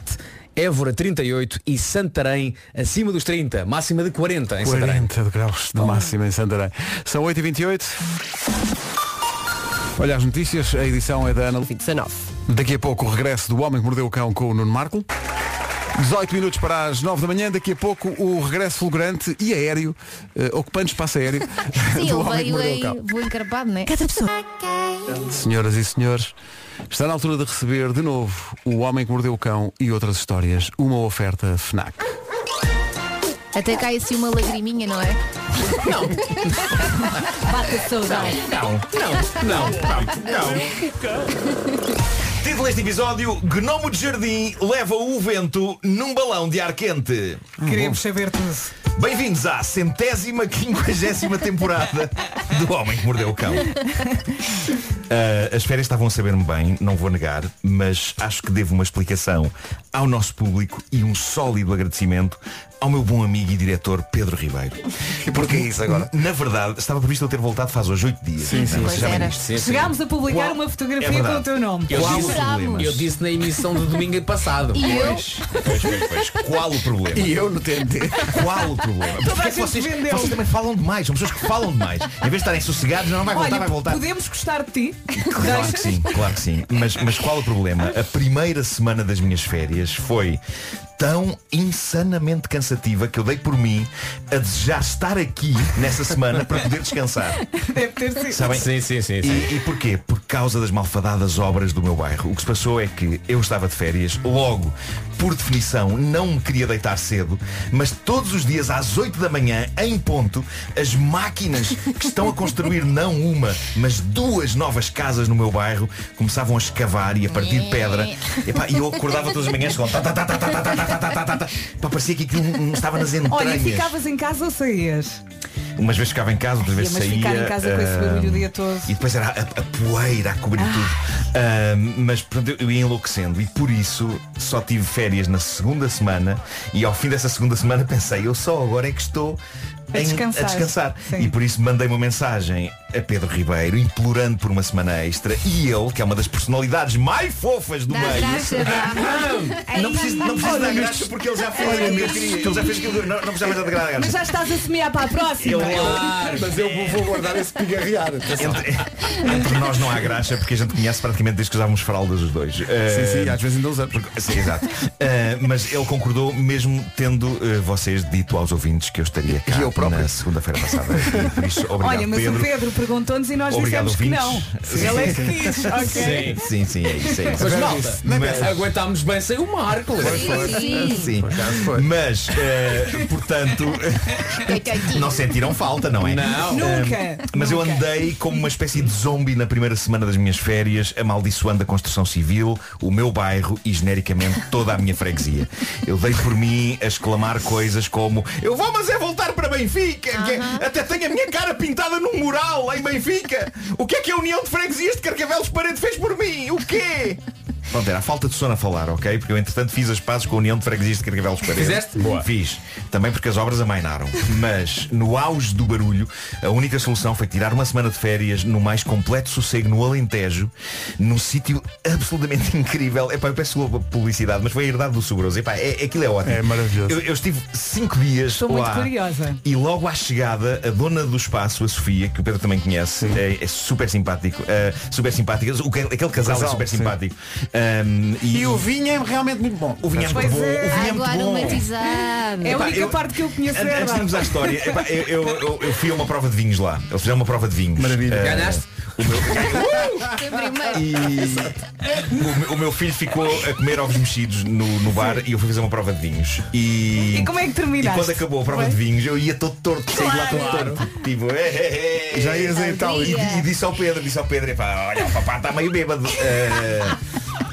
Évora 38 e Santarém acima dos 30, máxima de 40 em Santarém. 40 de graus de máxima em Santarém. São 8h28. Olha as notícias, a edição é da Ana. 19. Daqui a pouco o regresso do Homem que Mordeu o Cão com o Nuno Marco. 18 minutos para as 9 da manhã, daqui a pouco o regresso fulgurante e aéreo, eh, ocupando espaço aéreo Sim, do ele Homem veio que Mordeu o aí, Cão. vou encarpado, não é? Cada pessoa. Senhoras e senhores, está na altura de receber de novo o Homem que Mordeu o Cão e outras histórias, uma oferta FNAC. Até cai assim uma lagriminha, não é? Bata saudade. Título deste episódio, Gnomo de Jardim leva o vento num balão de ar quente. Queremos saber tudo. Bem-vindos à centésima quinquagésima temporada do Homem que Mordeu o Cão. Ah, as férias estavam a saber-me bem, não vou negar, mas acho que devo uma explicação ao nosso público e um sólido agradecimento ao meu bom amigo e diretor Pedro Ribeiro. E porquê isso agora? Na verdade, estava previsto eu ter voltado faz hoje oito dias. Sim, sim, Pois era. Chegámos a publicar Qual- uma fotografia É verdade. com o teu nome. Eu Qual o disse- problema? Eu disse na emissão do domingo passado. E é, eu? Pois, pois, pois. Qual o problema? E eu no TNT. Qual o problema? Porque é que vocês, vocês também falam demais, são pessoas que falam demais. Em vez de estarem sossegados, não vai voltar, Olha, vai voltar. podemos gostar de ti. Claro que sim, claro que sim. Mas, mas qual o problema? A primeira semana das minhas férias foi tão insanamente cansativa que eu dei por mim a desejar estar aqui nessa semana para poder descansar. Deve ter sido. Sabem? Sim, sim, sim. sim. E, e porquê? Por causa das malfadadas obras do meu bairro. O que se passou é que eu estava de férias, logo, por definição, não me queria deitar cedo, mas todos os dias às 8 da manhã, em ponto, as máquinas que estão a construir não uma, mas duas novas casas no meu bairro começavam a escavar e a partir de pedra. Epá, E eu acordava todas as manhãs com tá, tá, tá, tá, tá, tá, tá, tá, tá, tá, tá. Pá, parecia que aquilo hum, estava nas Olha, entranhas. ficavas em casa ou saías? Umas vezes ficava em casa, outras vezes mas saía. ficar em casa com esse ah, barulho o dia todo. E depois era a, a poeira a cobrir tudo. Ah, mas pronto, eu- eu ia enlouquecendo e por isso só tive férias na segunda semana e ao fim dessa segunda semana pensei, eu só agora é que estou A em- descansar. descansar. Sim. E por isso mandei uma mensagem a Pedro Ribeiro, implorando por uma semana extra, e ele, que é uma das personalidades mais fofas do meio. Não preciso, não preciso dar graça porque ele já fez aquilo que eu queria. Ele já fez aquilo que eu- Não, não precisava de dar Mas graça. já estás a semear para a próxima. Ele- Ah, Mas eu vou guardar esse pigarrear. Entre, entre nós não há graxa porque a gente conhece praticamente desde que usávamos fraldas os dois. Sim, sim, Eh, às vezes ainda usamos. Sim, exato. Eh, mas ele concordou mesmo tendo eh, vocês dito aos ouvintes que eu estaria cá E eu próprio. na segunda-feira passada. E por isso, obrigado Olha, mas Pedro. o Pedro perguntou-nos e nós obrigado dissemos que ouvintes. não. Sim. Ele é que diz, ok. Sim. Sim, sim, é isso. É isso. Mas Mas malta, isso, não é mas aguentámos bem sem o Marco. Sim. acaso foi. Mas, eh, portanto, não sentiram falta, não é? Não. Nunca. Mas eu nunca. andei como uma espécie de zombie na primeira semana das minhas férias, amaldiçoando a construção civil, o meu bairro e genericamente toda a minha freguesia. Eu dei por mim a exclamar coisas como Eu vou mas é voltar para Benfica, que é- até tenho a minha cara pintada num mural lá em Benfica. O que é que a União de Freguesias de Carcavelos Parede fez por mim? O quê? Pronto, era a falta de sono a falar, ok? Porque eu entretanto fiz as pazes com a União de Freguesias de Carcavelos Parede. Fizeste? Boa. Fiz. Também porque as obras amainaram. Mas, no auge do barulho, a única solução foi tirar uma semana de férias no mais completo sossego no Alentejo, num sítio absolutamente incrível. Epá, eu peço desculpa pela publicidade, mas foi a herdade do Sobroso. Epá, é, aquilo é ótimo. É maravilhoso. Eu, eu estive cinco dias Estou muito lá. curiosa. E logo à chegada, a dona do espaço, a Sofia, que o Pedro também conhece, é, é super simpático. eh, super simpática. O que- Aquele casal, é casal, super sim. simpático. Ahm, e, vinho é realmente muito bom. o vinho é muito Pois bom. é. O vinho é Água muito bom. aromatizada. É a Epá, única eu- parte que eu conheço Antes é antes de ela. irmos à história, epá, eu, eu- eu- eu fui a uma prova de vinhos lá. Eles fizeram uma prova de vinhos. Maravilha. Eh, Ganhaste? o meu- Tem primeiro. e o, meu- o meu filho ficou a comer ovos mexidos no, no bar e eu fui fazer uma prova de vinhos. E, E como é que e terminaste? quando acabou a prova de vinhos, eu ia todo torto, saí de lá todo torto. Tipo, "Eh, eh, eh". Já ias em Itália. E, e disse ao Pedro, disse ao Pedro, "Epá, olha, o papá está meio bêbado. Eh,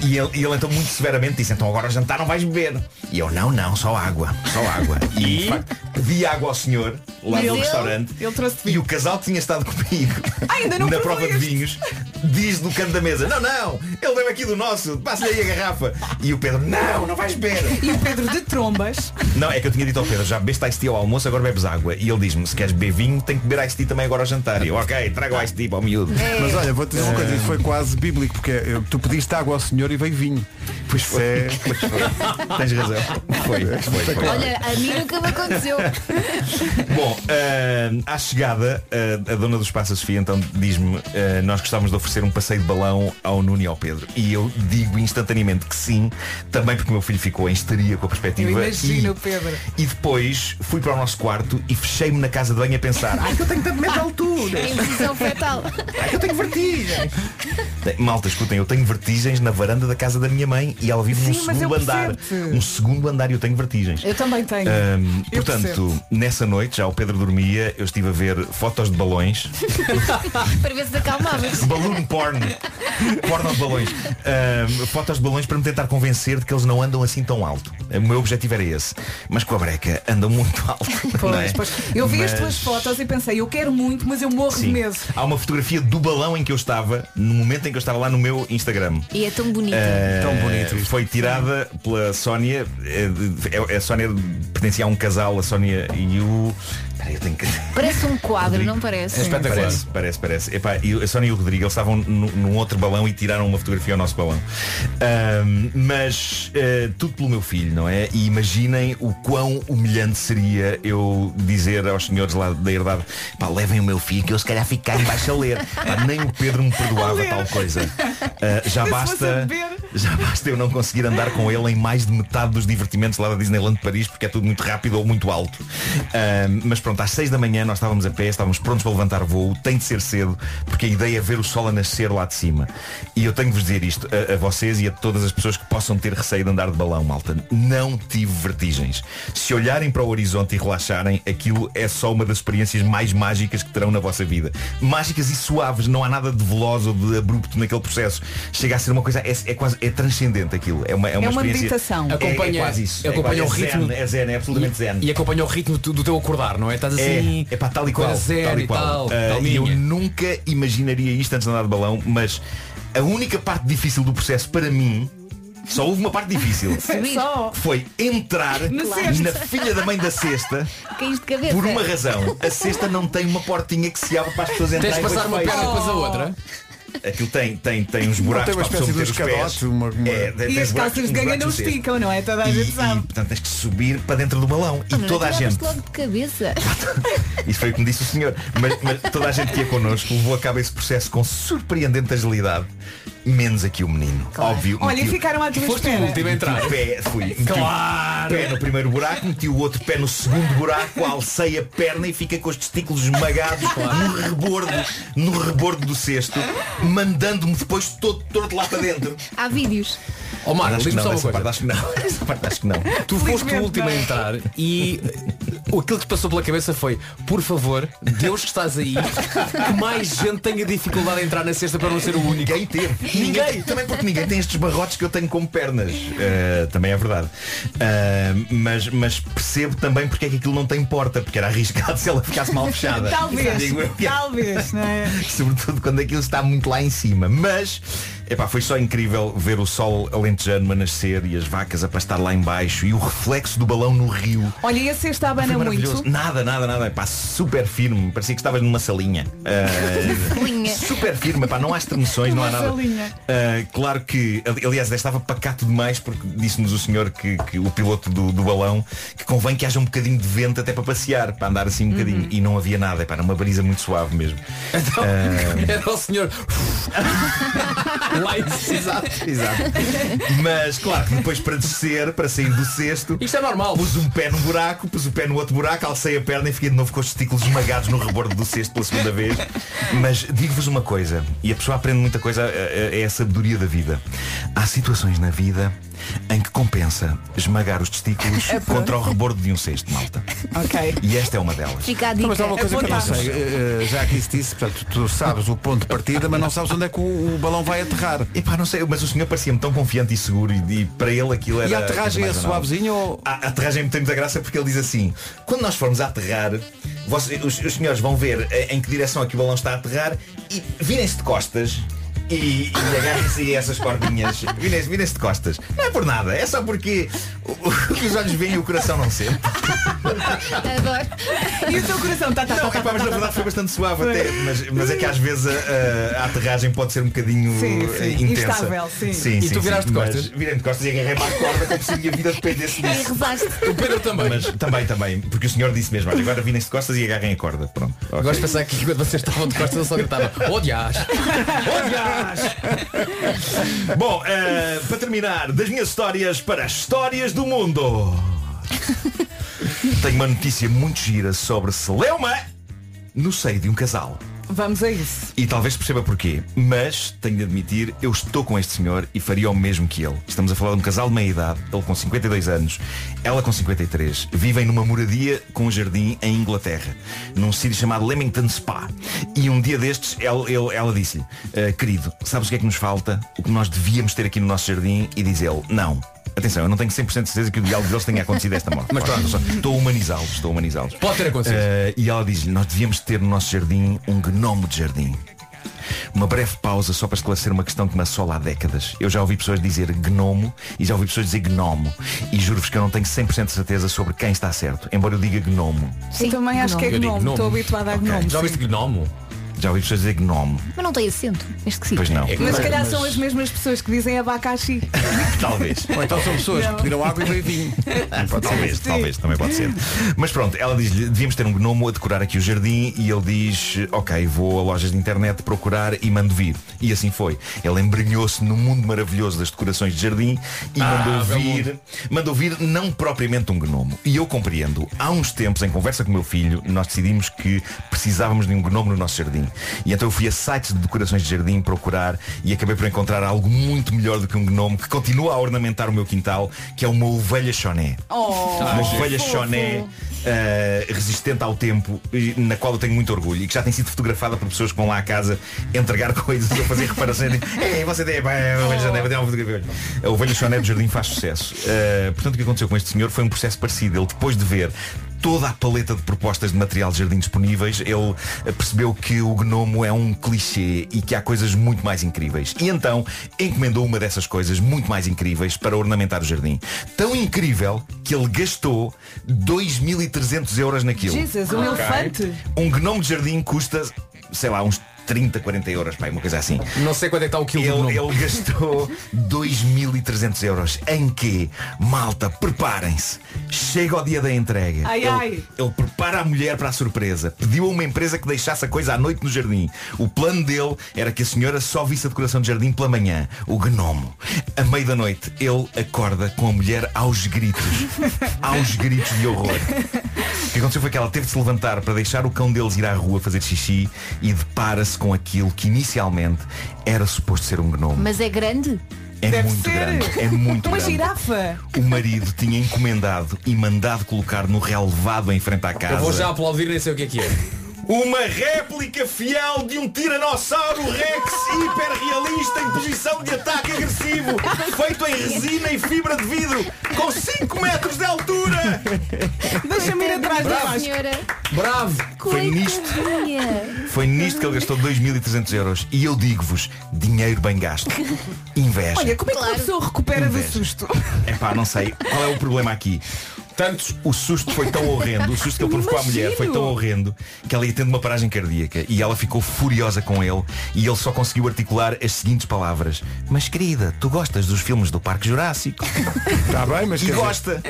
e, ele, e ele então muito severamente disse, então agora ao jantar não vais beber. E eu, não, não, só água, só água. E, de facto, pedi água ao senhor, lá Mas no ele- restaurante. ele trouxe-te Ah, e o casal que tinha estado comigo Ainda não na provou prova de este. vinhos diz do canto da mesa, não, não, ele veio aqui do nosso, passa aí a garrafa. E o Pedro, não, não vais beber. E o Pedro de trombas. Não, é que eu tinha dito ao Pedro, já bebeste ice tea ao almoço, agora bebes água. E ele diz-me, se queres beber vinho, tem que beber ice tea também agora ao jantar. E eu, ok, trago ice tea para o miúdo. É. Mas olha, vou-te dizer uma coisa, isso foi quase bíblico, porque eh, tu pediste água ao senhor e veio vinho. Pois foi. Pois foi. Tens razão. Foi, foi, foi. Olha, a mim nunca me aconteceu. Bom, eh, à chegada, eh, a dona do espaço, a Sofia, então diz-me, eh, nós gostávamos de oferecer um passeio de balão ao Nuno e ao Pedro. E eu digo instantaneamente que sim, também porque o meu filho ficou em histeria com a perspectiva. Eu imagino, e, Pedro. E depois fui para o nosso quarto e fechei-me na casa de banho a pensar, ai que eu tenho tanto medo de altura. Em posição fetal. Ai, que eu tenho vertigens. Tem- Malta, escutem, eu tenho vertigens na varanda da casa da minha mãe e ela vive num Sim, mas eu segundo andar. percebo-te. Um segundo andar e eu tenho vertigens. Eu também tenho. Ahm, Eu portanto, percebo. nessa noite, já o Pedro dormia, eu estive a ver fotos de balões, Para ver se acalmavas. balloon porn, porno de balões, Ahm, fotos de balões para me tentar convencer de que eles não andam assim tão alto. O meu objetivo era esse. Mas com a breca andam muito alto. não é? Pois, pois. Eu vi as Mas- tuas fotos e pensei, eu quero muito, mas eu morro de Sim. medo. Há uma fotografia do balão em que eu estava, no momento em que eu estava lá no meu Instagram. E é tão bonito. Tão bonito Eh, isto. Foi tirada pela Sónia. eh, de- eh, A Sónia pertencia a um casal, a Sónia e o. Peraí, eu tenho que. Parece um quadro, não É É parece? Parece, parece, parece. Epá, e a Sónia e o Rodrigo eles estavam nu- num outro balão e tiraram uma fotografia ao nosso balão. Ahm, mas eh, tudo pelo meu filho, não é? E imaginem o quão humilhante seria eu dizer aos senhores lá da herdade, pá, levem o meu filho que eu se calhar fico cá em baixo a ler. Pá, nem o Pedro me perdoava tal coisa. Ah, já Se fosse a basta. beber. Já basta eu não conseguir andar com ele em mais de metade dos divertimentos lá da Disneyland de Paris porque é tudo muito rápido ou muito alto. Ahm, mas pronto, às 6 da manhã nós estávamos a pé, estávamos prontos para levantar voo, tem de ser cedo, porque a ideia é ver o sol a nascer lá de cima. E eu tenho de vos dizer isto a, a vocês e a todas as pessoas que possam ter receio de andar de balão, malta. Não tive vertigens. Se olharem para o horizonte e relaxarem, aquilo é só uma das experiências mais mágicas que terão na vossa vida. Mágicas e suaves, não há nada de veloz ou de abrupto naquele processo. Chega a ser uma coisa, é, é quase, é transcendente aquilo. É uma, é uma, É uma experiência- meditação. É- é Acompanha- quase isso. acompanha quase- o ritmo. É zen, é zen, é absolutamente zen. E acompanha o ritmo do do teu acordar, não é? Estás assim. É, é pá, tal e qual. coisa zero tal e e qual. tal, Ah, e calminha. eu nunca imaginaria isto antes de andar de balão, mas a única parte difícil do processo para mim Só houve uma parte difícil. Subir. Que Foi entrar No cesto. na filha da mãe da cesta Caíste de cabeça. por uma razão. A cesta não tem uma portinha que se abre para as pessoas Tens de entrarem. passar uma perna e depois a outra? Aquilo tem, tem, tem uns Não, buracos tem uma para a pessoa meter espécie de os pés. escadote, uma- uma- É, tem- E tem as buracos- calças uns de ganha buracos não no cesto. esticam, não é? Toda a E, gente e, sabe. portanto tens que subir para dentro do balão Ah, e mas toda a não tiravas-te gente logo de cabeça. Isso foi o que me disse o senhor. Mas, mas toda a gente que ia connosco levou a cabo esse processo com surpreendente agilidade. Menos aqui o menino. Óbvio. Olha, meti e o- ficaram à tua Foste o espera. último a entrar. Meti o pé, fui. Meti Claro. o pé no primeiro buraco, meti o outro pé no segundo buraco, alcei a perna e fica com os testículos esmagados no rebordo, no rebordo do cesto, mandando-me depois todo torto lá para dentro. Há vídeos. Ó Marco, Mas acho que diz-me só não, uma essa parte coisa. acho que não. Essa parte acho que não. Tu foste o Felizmente último a não. entrar e eh, aquilo que te passou pela cabeça foi, por favor, Deus que estás aí, que mais gente tenha dificuldade a entrar na cesta para não ser o único. Ninguém teve. Ninguém. Também porque ninguém tem estes barrotes que eu tenho como pernas. Uh, também é verdade. Uh, mas, mas percebo também porque é que aquilo não tem porta, porque era arriscado se ela ficasse mal fechada. Talvez, Digo eu. é talvez, não é? Sobretudo quando aquilo está muito lá em cima. Mas, epá, foi só incrível ver o sol alentejano a nascer e as vacas a pastar lá em baixo e o reflexo do balão no rio. Olha, e a cesta Foi abana maravilhoso. é muito. Nada, nada, nada. Pá, super firme. Parecia que estavas numa salinha. Ah, Salinha. super firme. Pá, não há estremeções, não há Numa nada. salinha. Ah, claro que, ali- aliás, até estava pacato demais porque disse-nos o senhor que, que o piloto do, do balão que convém que haja um bocadinho de vento até para passear, para andar assim um bocadinho. Uhum. E não havia nada. Epá, era uma brisa muito suave mesmo. Ah, Então, É. era o senhor. Lá em cima. Exato. Mas, claro, que depois para descer, para sair do cesto, Isto é normal. Pus um pé num buraco, pus o pé no outro buraco, alcei a perna e fiquei de novo com os testículos esmagados no rebordo do cesto pela segunda vez. Mas digo-vos uma coisa, e a pessoa aprende muita coisa, é é a sabedoria da vida. Há situações na vida em que compensa esmagar os testículos contra o rebordo de um cesto, malta. Ok. E esta é uma delas. Fica a dica. Mas há uma coisa que eu não Apontado. sei, eh, eh, já aqui se disse, portanto, tu sabes o ponto de partida, mas não sabes onde é que o, o balão vai aterrar. Epá, não sei, mas o senhor parecia-me tão confiante e seguro e, e para ele aquilo era. E a aterragem é mais banal. suavezinha ou. A a aterragem me tem muita graça porque ele diz assim Quando nós formos a aterrar vocês- os, os senhores vão ver eh, em que direção é que o balão está a aterrar E virem-se de costas e, e agarrem-se a essas cordinhas Virem-se virem-se de costas Não é por nada, é só porque o- o- os olhos veem e o coração não sente Adoro. E o teu coração tá, tá, Não, tá, tá, epá, mas na verdade foi bastante suave até Mas, mas é que às vezes a, a- a aterragem pode ser um bocadinho Sim, eh, sim. intensa Instável, sim. E tu viraste de mas costas? Virei-me de costas e agarrei-me à corda como se a minha vida dependesse E disso rezaste. O Pedro também. Mas também, também, porque o senhor disse mesmo, olha, agora virem-se de costas e agarrem a corda. Pronto. Ok. Gosto de pensar que quando vocês estavam de costas eu só gritava "Oh, Odiás! Odiás! Bom, eh, para terminar, das minhas histórias para as histórias do mundo. Tenho uma notícia muito gira sobre celeuma no seio de um casal. Vamos a isso. E talvez perceba porquê, mas tenho de admitir, eu estou com este senhor e faria o mesmo que ele. Estamos a falar de um casal de meia idade, ele com 52 anos, ela com 53. Vivem numa moradia com um jardim em Inglaterra, num sítio chamado Leamington Spa. E um dia destes, ela, ele- ela disse-lhe, "Ah, querido, sabes o que é que nos falta? O que nós devíamos ter aqui no nosso jardim? E diz ele, não. Atenção, eu não tenho 100% de certeza que o diálogo deles tenha acontecido desta morte. Mas claro, estou a humanizá-los, estou a humanizá-los. Pode ter acontecido. Eh, e ela diz-lhe, nós devíamos ter no nosso jardim um gnomo de jardim. Uma breve pausa só para esclarecer uma questão que me assola há décadas. Eu já ouvi pessoas dizer gnomo e já ouvi pessoas dizer gnomo. E juro-vos que eu não tenho 100% de certeza sobre quem está certo, embora eu diga gnomo. Sim, eu também acho que é Eu digo gnomo. Estou gnomo. habituada a gnomo. Já ouviste gnomo? Já ouvi pessoas dizer gnomo. Mas não tem acento. É esquisito. Pois não. Mas se calhar são as mesmas pessoas que dizem abacaxi. Talvez. Ou então são pessoas que pediram água e veio vinho. talvez, talvez, também pode ser. Mas pronto, ela diz-lhe, devíamos ter um gnomo a decorar aqui o jardim e ele diz, ok, vou a lojas de internet procurar e mando vir. E assim foi. Ele embrenhou-se no mundo maravilhoso das decorações de jardim e mandou vir, mandou vir não propriamente um gnomo. E eu compreendo. Há uns tempos, em conversa com o meu filho, nós decidimos que precisávamos de um gnomo no nosso jardim. E então eu fui a sites de decorações de jardim procurar e acabei por encontrar algo muito melhor do que um gnomo que continua a ornamentar o meu quintal, que é uma ovelha choné Oh, uma ovelha choné eh, resistente ao tempo e na qual eu tenho muito orgulho e que já tem sido fotografada por pessoas que vão lá à casa entregar coisas ou fazer reparações é você tem pá, é uma ovelha choné, vou tirar uma fotografia. a ovelha choné do jardim faz sucesso Eh, portanto o que aconteceu com este senhor foi um processo parecido ele depois de ver toda a paleta de propostas de material de jardim disponíveis, ele eh, percebeu que o gnomo é um clichê e que há coisas muito mais incríveis. E então encomendou uma dessas coisas muito mais incríveis para ornamentar o jardim. Tão incrível que ele gastou 2.300 euros naquilo. Jesus, um Ok? elefante. Um gnomo de jardim custa, sei lá, uns 30, 40 euros, pá, uma coisa assim. Não sei quanto é que está o quilo do Ele, gnomo. ele gastou 2.300 euros. Em quê? Malta, preparem-se. Chega ao dia da entrega. Ai, ele, ai. ele prepara a mulher para a surpresa. Pediu a uma empresa que deixasse a coisa à noite no jardim. O plano dele era que a senhora só visse a decoração de jardim pela manhã. O gnomo. A meio da noite, ele acorda com a mulher aos gritos. aos gritos de horror. O que aconteceu foi que ela teve de se levantar para deixar o cão deles ir à rua fazer xixi e depara-se com aquilo que inicialmente era suposto ser um gnomo. Mas é grande? É muito grande, é muito Uma grande. girafa. O marido tinha encomendado e mandado colocar no relevado em frente à casa Eu vou já aplaudir, nem sei o que é que é. uma réplica fiel de um tiranossauro rex hiperrealista em posição de ataque agressivo, feito em resina e fibra de vidro, com 5 metros de altura. Deixa-me ir atrás Bravo, dela. senhora. Bravo! Foi nisto Coitadinha. Foi nisto que ele gastou 2.300 euros. E eu digo-vos, dinheiro bem gasto. Inveja. Olha, como é que uma Claro. pessoa recupera do Inveja. susto? Epá, não sei. Qual é o problema aqui? Tanto o susto foi tão horrendo, o susto que ele provocou à Imagino. mulher foi tão horrendo que ela ia tendo uma paragem cardíaca e ela ficou furiosa com ele e ele só conseguiu articular as seguintes palavras. Mas querida, tu gostas dos filmes do Parque Jurássico? Está bem, mas E quer dizer, gosta!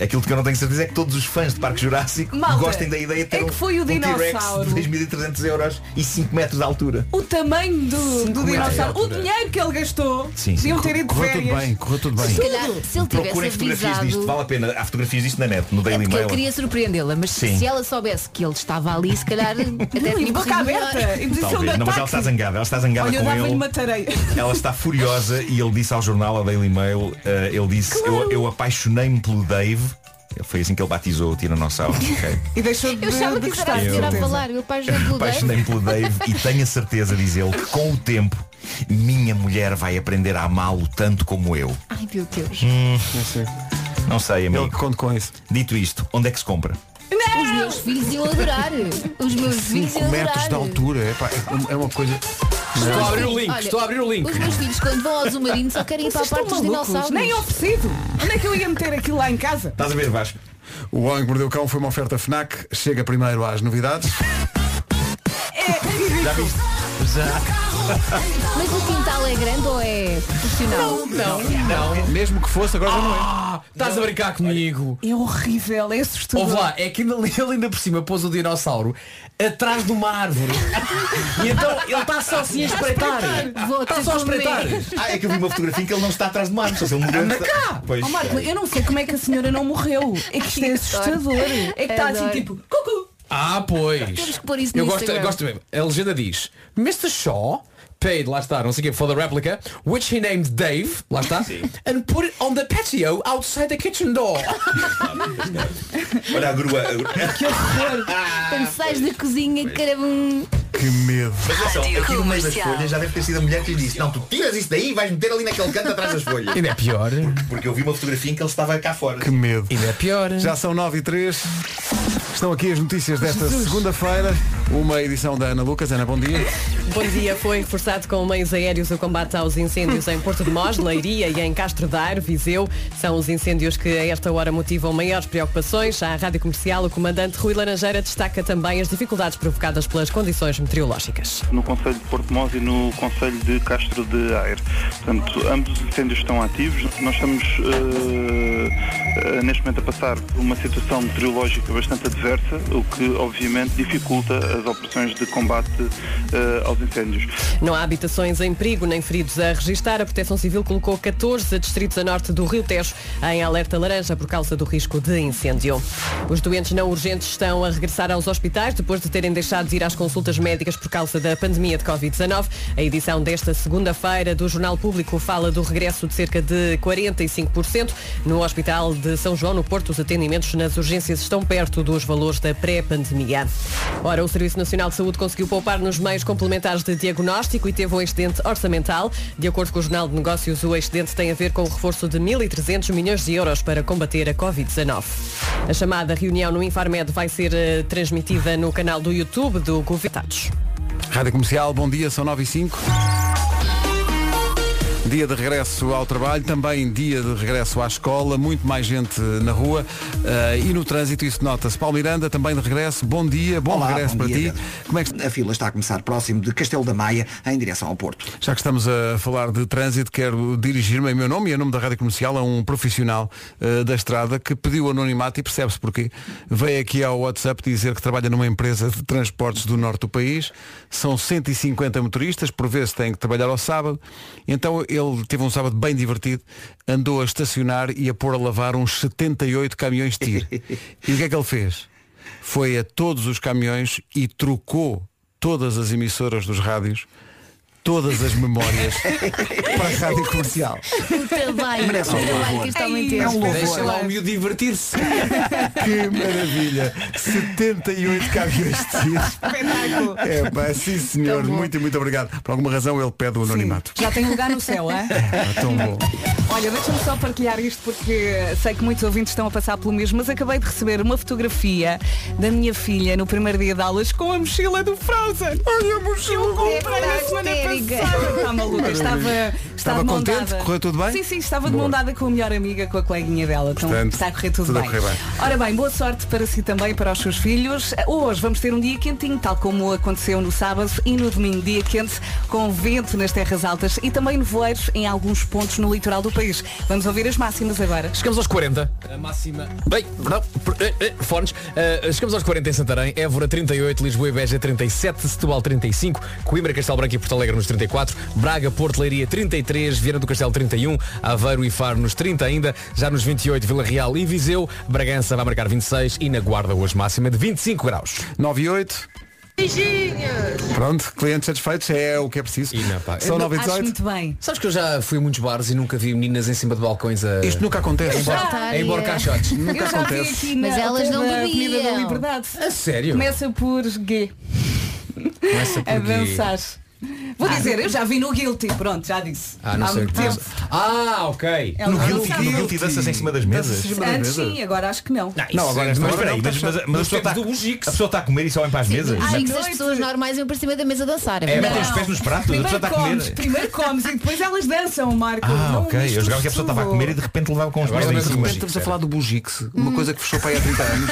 Aquilo que eu não tenho certeza é que todos os fãs de Parque Jurássico Malta, gostem da ideia de é ter que um- foi o um T-Rex dinossauro. de 2.300 euros e 5 metros de altura. O tamanho do, do é metros de dinossauro. O altura. dinheiro que ele gastou. Sim, sim. Deviam ter ido de correu tudo férias. bem, correu tudo bem. Se calhar, se ele tivesse Procurem fotografias disto, avisado. vale a pena. Há fotografias disto na net, no É Daily porque ele Mail. queria surpreendê-la, mas Sim. se ela soubesse que ele estava ali, se calhar até tinha E boca corrido melhor. aberta. Em posição de Talvez. Não, mas ela está ataque. zangada. Ela está zangada Olha, eu com dava-lhe ele. uma tareia. Ela está furiosa e ele disse ao jornal, ao Daily Mail, eh, ele disse, eu, eu apaixonei-me pelo Dave. Foi assim que ele batizou o Tiranossauro. ok? E deixou de Eu achava que isso era gostar. a senhora a Eu- falar, meu pai já mudei. Apaixonei-me pelo Dave e tenho a certeza, diz ele, que com o tempo minha mulher vai aprender a amá-lo tanto como eu. Ai meu Deus. Não sei, Ele amigo. que conta com isso. Dito isto, onde é que se compra? Os meus filhos iam adorar. Os meus filhos 5 iam metros adorar. de altura. Epá, é uma- é uma coisa. Estou a abrir o Sim, link, olha, estou a abrir o link. Os meus filhos, quando vão ao submarino, só querem ir para a Vocês parte dos estão malucos? dinossauros. Nem oferecido. Onde é que eu ia meter aquilo lá em casa? Estás a ver, Vasco? O Homem que Mordeu o Cão foi uma oferta FNAC. Chega primeiro às novidades. É Já viste? Mas o quintal é grande ou é profissional? Não, não. Mesmo que fosse, agora já não é. Ah, estás a brincar comigo. É horrível, é assustador. Ouve lá, é que ele ainda por cima pôs o dinossauro atrás de uma árvore. E então ele está só assim a espreitar. Tá Vou Está te só a comer. espreitar. Ah, é que eu vi uma fotografia em que ele não está atrás de uma árvore. só se ele morreu. cá! Pois. Oh, Marco, eu não sei como é que a senhora não morreu. É que isto é assustador. É que está assim Adoro. tipo, cucu. Ah, pois. Temos que pôr isso no eu gosto, Instagram. eu gosto mesmo. A legenda diz Mr. Shaw paid, lá está, não sei o quê, for the replica, which he named Dave, lá está, and put it on the patio outside the kitchen door. Olha a grua. a grua. Quando sais da cozinha, caramba. um Que medo. Mas atenção, aqui no meio das folhas já deve ter sido a mulher que lhe disse Não, tu tiras isso daí e vais meter ali naquele canto atrás das folhas Ainda é pior. Porque eu vi uma fotografia em que ele estava cá fora Que medo. Ainda é pior. Já são 9 e 3. Estão aqui as notícias desta segunda-feira. Uma edição da Ana Lucas. Ana, bom dia. Bom dia, foi reforçado com meios aéreos o combate aos incêndios em Porto de Mós, Leiria e em Castro Dar, Viseu. São os incêndios que a esta hora motivam maiores preocupações. À Rádio Comercial, o comandante Rui Laranjeira destaca também as dificuldades provocadas pelas condições meteorológicas. no Conselho de Porto Mós e no Conselho de Castro de Aire. Portanto, ambos os incêndios estão ativos. Nós estamos eh, eh, neste momento a passar por uma situação meteorológica bastante adversa, o que obviamente dificulta as operações de combate eh, aos incêndios. Não há habitações em perigo nem feridos a registrar. A Proteção Civil colocou 14 distritos a norte do Rio Tejo em alerta laranja por causa do risco de incêndio. Os doentes não urgentes estão a regressar aos hospitais depois de terem deixado de ir às consultas médicas por causa da pandemia de Covid-19. A edição desta segunda-feira do Jornal Público fala do regresso de cerca de 45%. No Hospital de São João, no Porto, os atendimentos nas urgências estão perto dos valores da pré-pandemia. Ora, o Serviço Nacional de Saúde conseguiu poupar nos meios complementares hospitais de diagnóstico e teve um excedente orçamental. De acordo com o Jornal de Negócios, o excedente tem a ver com o reforço de 1.300 milhões de euros para combater a Covid-19. A chamada reunião no Infarmed vai ser eh, transmitida no canal do YouTube do Governados. Rádio Comercial, bom dia, são 9 e 5. Dia de regresso ao trabalho, também dia de regresso à escola, muito mais gente na rua eh, e no trânsito, isso nota-se. Paulo Miranda, também de regresso, bom dia, bom Olá, regresso bom para dia, ti. é Pedro. A fila está a começar próximo de Castelo da Maia, em direção ao Porto. Já que estamos a falar de trânsito, quero dirigir-me em meu nome e em nome da Rádio Comercial a um profissional eh, da estrada que pediu anonimato e percebe-se porquê. Veio aqui ao WhatsApp dizer que trabalha numa empresa de transportes do norte do país. São 150 motoristas, por vezes têm que trabalhar ao sábado. Então ele teve um sábado bem divertido, andou a estacionar e a pôr a lavar uns 78 caminhões de tiro. e o que é que ele fez? Foi a todos os caminhões e trocou todas as emissoras dos rádios todas as memórias para a rádio comercial. O trabalho, Merece um o trabalho louvor. que está a meter. É um louvor. Deixa lá o miúdo divertir-se. que maravilha. 78 caminhões de tiro. É pá, sim senhor. Muito, muito obrigado. Por alguma razão ele pede o anonimato. Já tem lugar no céu, é? É tão bom. Olha, deixa-me só partilhar isto porque sei que muitos ouvintes estão a passar pelo mesmo, mas acabei de receber uma fotografia da minha filha no primeiro dia de aulas com a mochila do Frozen. Olha a mochila Eu comprei na semana passada. Está maluca, estava, Maravilha. estava, Estava de mão contente? dada. Correu tudo bem? Sim, sim, estava de Boa. mão dada com a melhor amiga, com a coleguinha dela. Então Portanto, está a correr tudo, tudo a bem. correr bem. Ora bem, boa sorte para si também, para os seus filhos. Hoje vamos ter um dia quentinho, tal como aconteceu no sábado e no domingo, dia quente, com vento nas terras altas e também nevoeiros em alguns pontos no litoral do país. Vamos ouvir as máximas agora. Chegamos aos 40. A máxima. Bem, não, per- eh, eh, fones. Ah, chegamos aos 40 em Santarém, Évora 38, Lisboa e Beja 37, Setúbal 35, Coimbra, Castelo Branco e Porto Alegre nos 34, Braga, Porto Leiria 33, Viana do Castelo 31, Aveiro e Faro nos 30 ainda, já nos 28 Vila Real e Viseu, Bragança vai marcar 26 e na Guarda hoje máxima de 25 graus. 9 e 8. Beijinhos! Pronto, clientes satisfeitos é o que é preciso. São 9 e 18. muito bem. Sabes que eu já fui a muitos bares e nunca vi meninas em cima de balcões a... Isto nunca acontece. Embora, Eu É embora já- caixotes. Eu já vi aqui na Mas elas não Avenida da bebiam. Liberdade. A sério? Começa por G. Começa por A G. dançar. Vou dizer, eu já vi no Guilty, pronto, já disse. Ah, não Há sei o muito que tinhas. tempo. Ah, ok. É No Guilty- legal. no Guilty danças em cima das mesas? Antes sim, agora acho que não. Não, é agora Mas mas espera peraí, aí, mas, mas, mas a, pessoa está, a pessoa está a comer e só vem para as mesas? Ai, que as pessoas normais iam para cima da mesa dançar. É, verdade. metem os pés nos pratos, a pessoa está a comes, comer. primeiro comes e depois elas dançam, Marco. Ah, Não, ok. isto Eu jogava que a pessoa tudo. estava a comer e de repente levava com os pés Agora em de cima. repente estamos a é falar do Bugix, Hum. uma coisa que fechou para aí há 30 anos.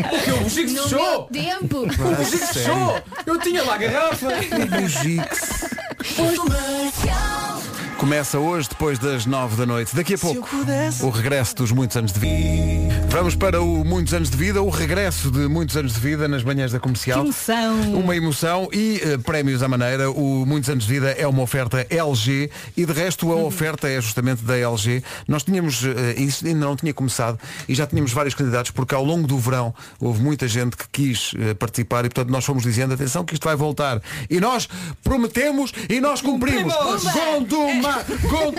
isso. que o Chico No fechou? meu tempo. Claro, O Chico sério. fechou? Eu tinha lá a garrafa. Bugix. Começa hoje, depois das 9 da noite. Daqui a pouco, o regresso dos muitos anos de vida. Vamos para o Muitos Anos de Vida, o regresso de muitos anos de vida nas manhãs da comercial. Que emoção. É. Uma emoção e eh, prémios à maneira. O Muitos Anos de Vida é uma oferta LG e de resto Uhum. a oferta é justamente da LG. Nós tínhamos, eh, isso ainda não tinha começado e já tínhamos vários candidatos porque ao longo do verão houve muita gente que quis eh, participar e portanto nós fomos dizendo atenção que isto vai voltar. E nós prometemos e nós cumprimos. Cumprimos. Gondomar! Gond...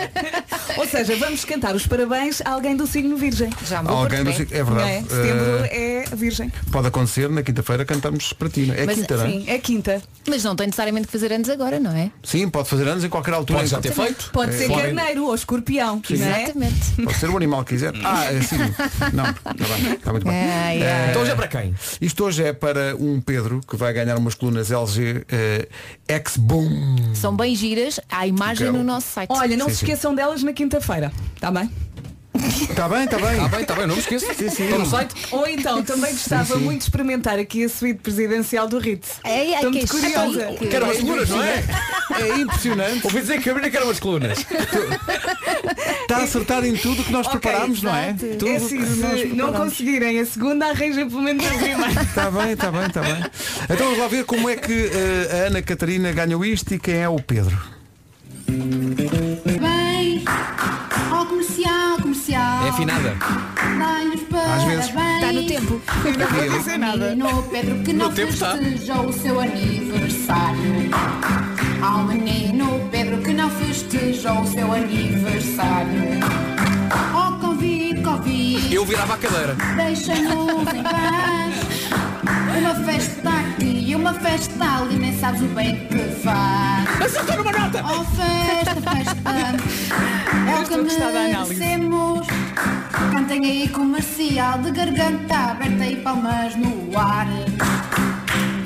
Ou seja, vamos cantar os parabéns a alguém do signo virgem. Já Ah, me vou Alguém do perceber. signo- é Não verdade. Eh, Setembro é virgem. Pode acontecer na quinta-feira cantarmos para ti. não é? É Mas, quinta, não é? sim. É quinta. Mas não tem necessariamente que fazer anos agora, não é? Sim, pode fazer anos em qualquer altura. Pode já Em- ter feito. Pode É. ser carneiro ou escorpião. Sim. não é? Exatamente. Pode ser o animal que quiser. Ah, é assim. Não, está bem, está muito bem. Ai, Eh, ai. Então hoje é para quem? Isto hoje é para um Pedro que vai ganhar umas colunas LG eh, X-Boom. São bem giras. Há imagem Quero. no nosso site. Olha, não Sim, se sim. esqueçam delas na quinta-feira. Está bem? Está Tá bem, está bem. Está Tá bem, está bem, não me esqueço. Sim, sim. Estou no site. Ou então, também gostava sim. muito de experimentar aqui a suíte presidencial do Ritz. Ei, ai, Estou que muito curiosa. chique. Quero umas colunas, não é? É impressionante. Ouvi dizer que a Brina quer umas colunas. Está a acertar Tá em tudo que nós Ok, preparámos, não é? exato. Tudo É assim, que nós se não preparámos. conseguirem a segunda, arranjem pelo menos a primeira. Está Tá bem, está bem, está bem. Então vamos lá ver como é que eh, a Ana Catarina ganhou isto e quem é o Pedro. Bem, ao comercial, comercial. É afinada. Dai-nos parabéns. vezes. Está no tempo. Não vou dizer nada. Menino Pedro que não tempo está. festeja o seu aniversário. Ao menino Pedro que não festeja o seu aniversário. Oh, Covid, Covid. Eu virava a cadeira. Deixa-nos em paz. Uma festa aqui e uma festa ali, nem sabes o bem que faz. Acertou numa nota! Oh, festa, festa, é o que Estou a gostar da análise. merecemos. Cantem aí comercial de garganta aberta e palmas no ar.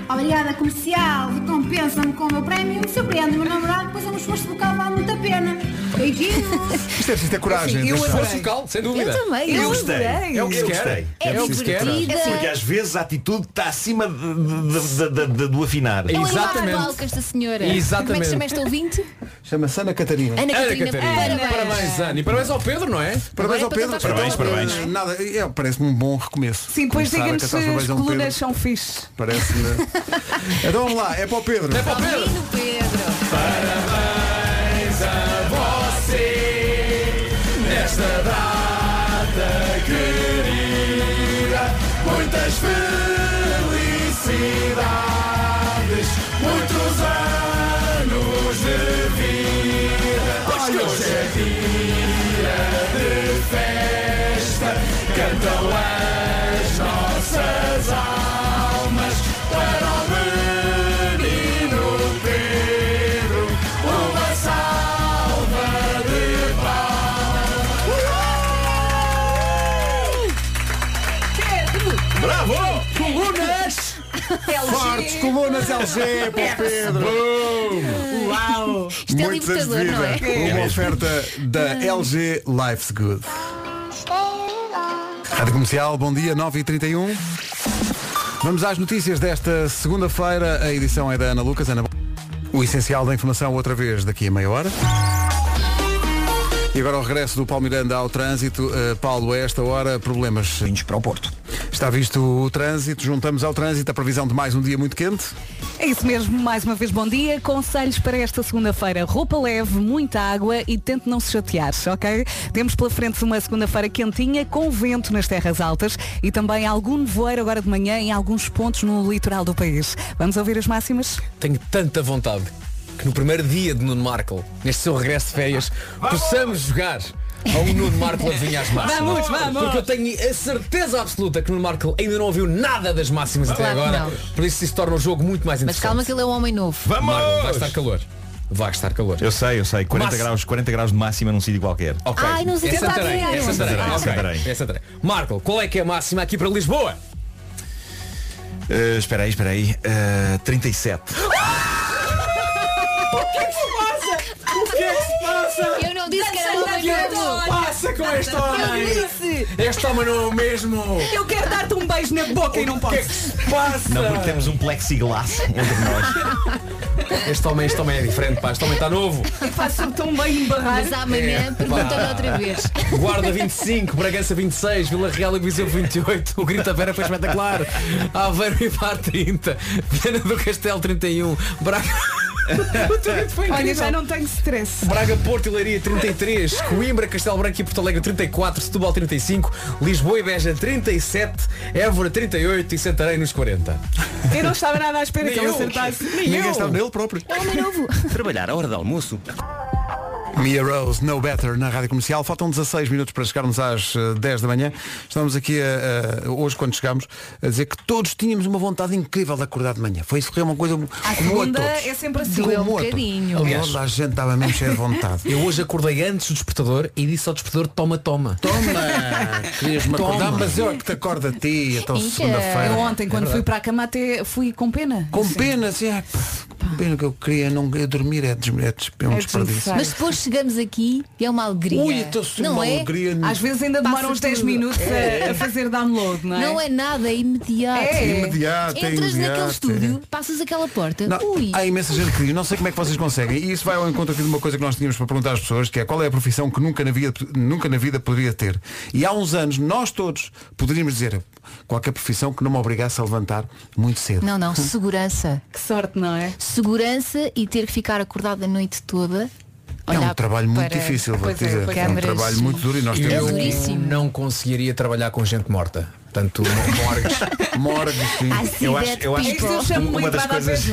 Obrigada, comercial, recompensa-me com o meu prémio, surpreende o meu namorado, depois eu me esforço vocal, vale muito a pena. Beijinhos! Isto é preciso ter coragem. eu atenção. adorei. Vocal, sem dúvida. Eu também, eu adorei. É o que se Eu quer. gostei. É o que se quer. divertida. assim, Porque às vezes a atitude está acima de- de- de- de- de- do afinar. É um igual que esta senhora. Como é que Exatamente. se chama esta ouvinte? Chama-se Ana Catarina. Ana Ana Catarina, Catarina. parabéns. Parabéns, Ana. E parabéns ao Pedro, não é? Parabéns então ao Pedro. Parabéns, parabéns. Nada, é, parece-me um bom recomeço. Sim, depois Começar a digam-nos se cantar os parabéns as a um Pedro. colunas são fixe. Parece-me. então vamos lá, é para o Pedro. É para o Pedro. Parabéns a você nesta data querida. Muitas felicidades, muitos anos de vida. Pois que hoje é dia de festa, cantam as nossas almas para o menino Pedro. Uma salva de palmas. Pedro! Bravo! Colunas! Fortes colunas LG É para o Pedro. Uau! Isto é libertador, não é? Uma oferta da LG Life's Good. Rádio Comercial, bom dia, 9h31. Vamos às notícias desta segunda-feira. A edição é da Ana Lucas. Ana... O essencial da informação outra vez daqui a meia hora. E agora o regresso do Paulo Miranda ao trânsito. Uh, Paulo, a esta hora, problemas. Vindos para o Porto. Está visto o trânsito, juntamos ao trânsito a previsão de mais um dia muito quente. É isso mesmo, mais uma vez bom dia. Conselhos para esta segunda-feira. Roupa leve, muita água e tente não se chatear, ok? Temos pela frente uma segunda-feira quentinha, com vento nas terras altas e também algum nevoeiro agora de manhã em alguns pontos no litoral do país. Vamos ouvir as máximas? Tenho tanta vontade que no primeiro dia de Nuno Markle, neste seu regresso de férias, possamos jogar ao Nuno Markle a adivinhar as máximas. Vamos, vamos! Porque eu tenho a certeza absoluta que Nuno Markle ainda não ouviu nada das máximas até Claro que agora. não. Por isso isso torna o jogo muito mais Mas interessante. calma que ele é um homem novo. Markle, vai estar calor. Vai estar calor. Eu sei, eu sei. 40 Máximo. graus, 40 graus de máxima num sítio qualquer. Ok. Ai, não sei é se está Santarém, a ver. é Santarém, Ah, ok. Santarém. É Santarém. Marco, qual é que é a máxima aqui para Lisboa? Eh, espera aí, espera aí. Eh, 37. O que é que se passa? O que é que se passa? Eu não disse que era um O homem que é que novo. se passa com este Eu homem? Este homem não é o mesmo. Eu quero dar-te um beijo na boca e não O que é posso. que se passa? Não, porque temos um plexiglass entre nós. Este homem, este homem é diferente, pá. Este homem está novo. Faço tão bem embarrar. É. Mas amanhã pergunta-me outra vez. Guarda 25, Bragança 26, Vila Real e Viseu 28. O Grita Vera foi espetacular. Aveiro e Par 30. Viana do Castelo 31. Braga... O teu grito foi Olha, incrível. já não tenho stress. Braga, Porto e Leiria 33, Coimbra, Castelo Branco e Porto Alegre 34, Setúbal 35, Lisboa e Beja 37, Évora 38 e Santarém nos 40. Eu não estava nada à espera que Nem ele eu. acertasse. Ninguém está nele próprio. É um homem novo. Trabalhar à hora de almoço. Mia Rose, No Better, na Rádio Comercial. Faltam 16 minutos para chegarmos às eh, 10 da manhã. Estamos aqui, a, a- hoje, quando chegamos, a dizer que todos tínhamos uma vontade incrível de acordar de manhã. Foi isso que é uma coisa A como a segunda todos. é sempre assim. Como Doeu um a todos. bocadinho. Aliás. Toda a gente estava mesmo cheia de vontade. Eu hoje acordei antes do despertador e disse ao despertador toma, toma. Toma! Querias-me Toma. acordar, mas eu é que te acordo a ti, então Ixi. Eu segunda-feira. ontem, quando fui para a cama, até fui com pena. É Com Sim. pena, assim, é, pá, com pena que eu queria não eu dormir, é, des, é, des- é um É desperdício. desnecessário. Mas depois chegamos aqui e é uma alegria. Ui, então se não uma é? alegria. Às vezes ainda Passa demoram uns 10 tudo. minutos a, a fazer download, não é? Não é nada, é imediato. É. Imediato, é Entras imediato, naquele é. estúdio, passas aquela porta. Não, Ui. há imensa gente que diz, não sei como é que vocês conseguem. E isso vai ao encontro aqui de uma coisa que nós tínhamos para perguntar às pessoas, que é qual é a profissão que nunca na vida, nunca na vida poderia ter. E há uns anos, nós todos poderíamos dizer qualquer profissão que não me obrigasse a levantar muito cedo. Não, não, segurança. Que sorte, não é? Segurança e ter que ficar acordado a noite toda. é olhar um trabalho muito para- difícil, vou Pois é, dizer. pois É um câmaras. trabalho muito duro e nós Eu temos aqui. duríssimo. não conseguiria trabalhar com gente morta. Portanto, morgues. morgues, sim. Eu acho, eu É acho que uma das coisas,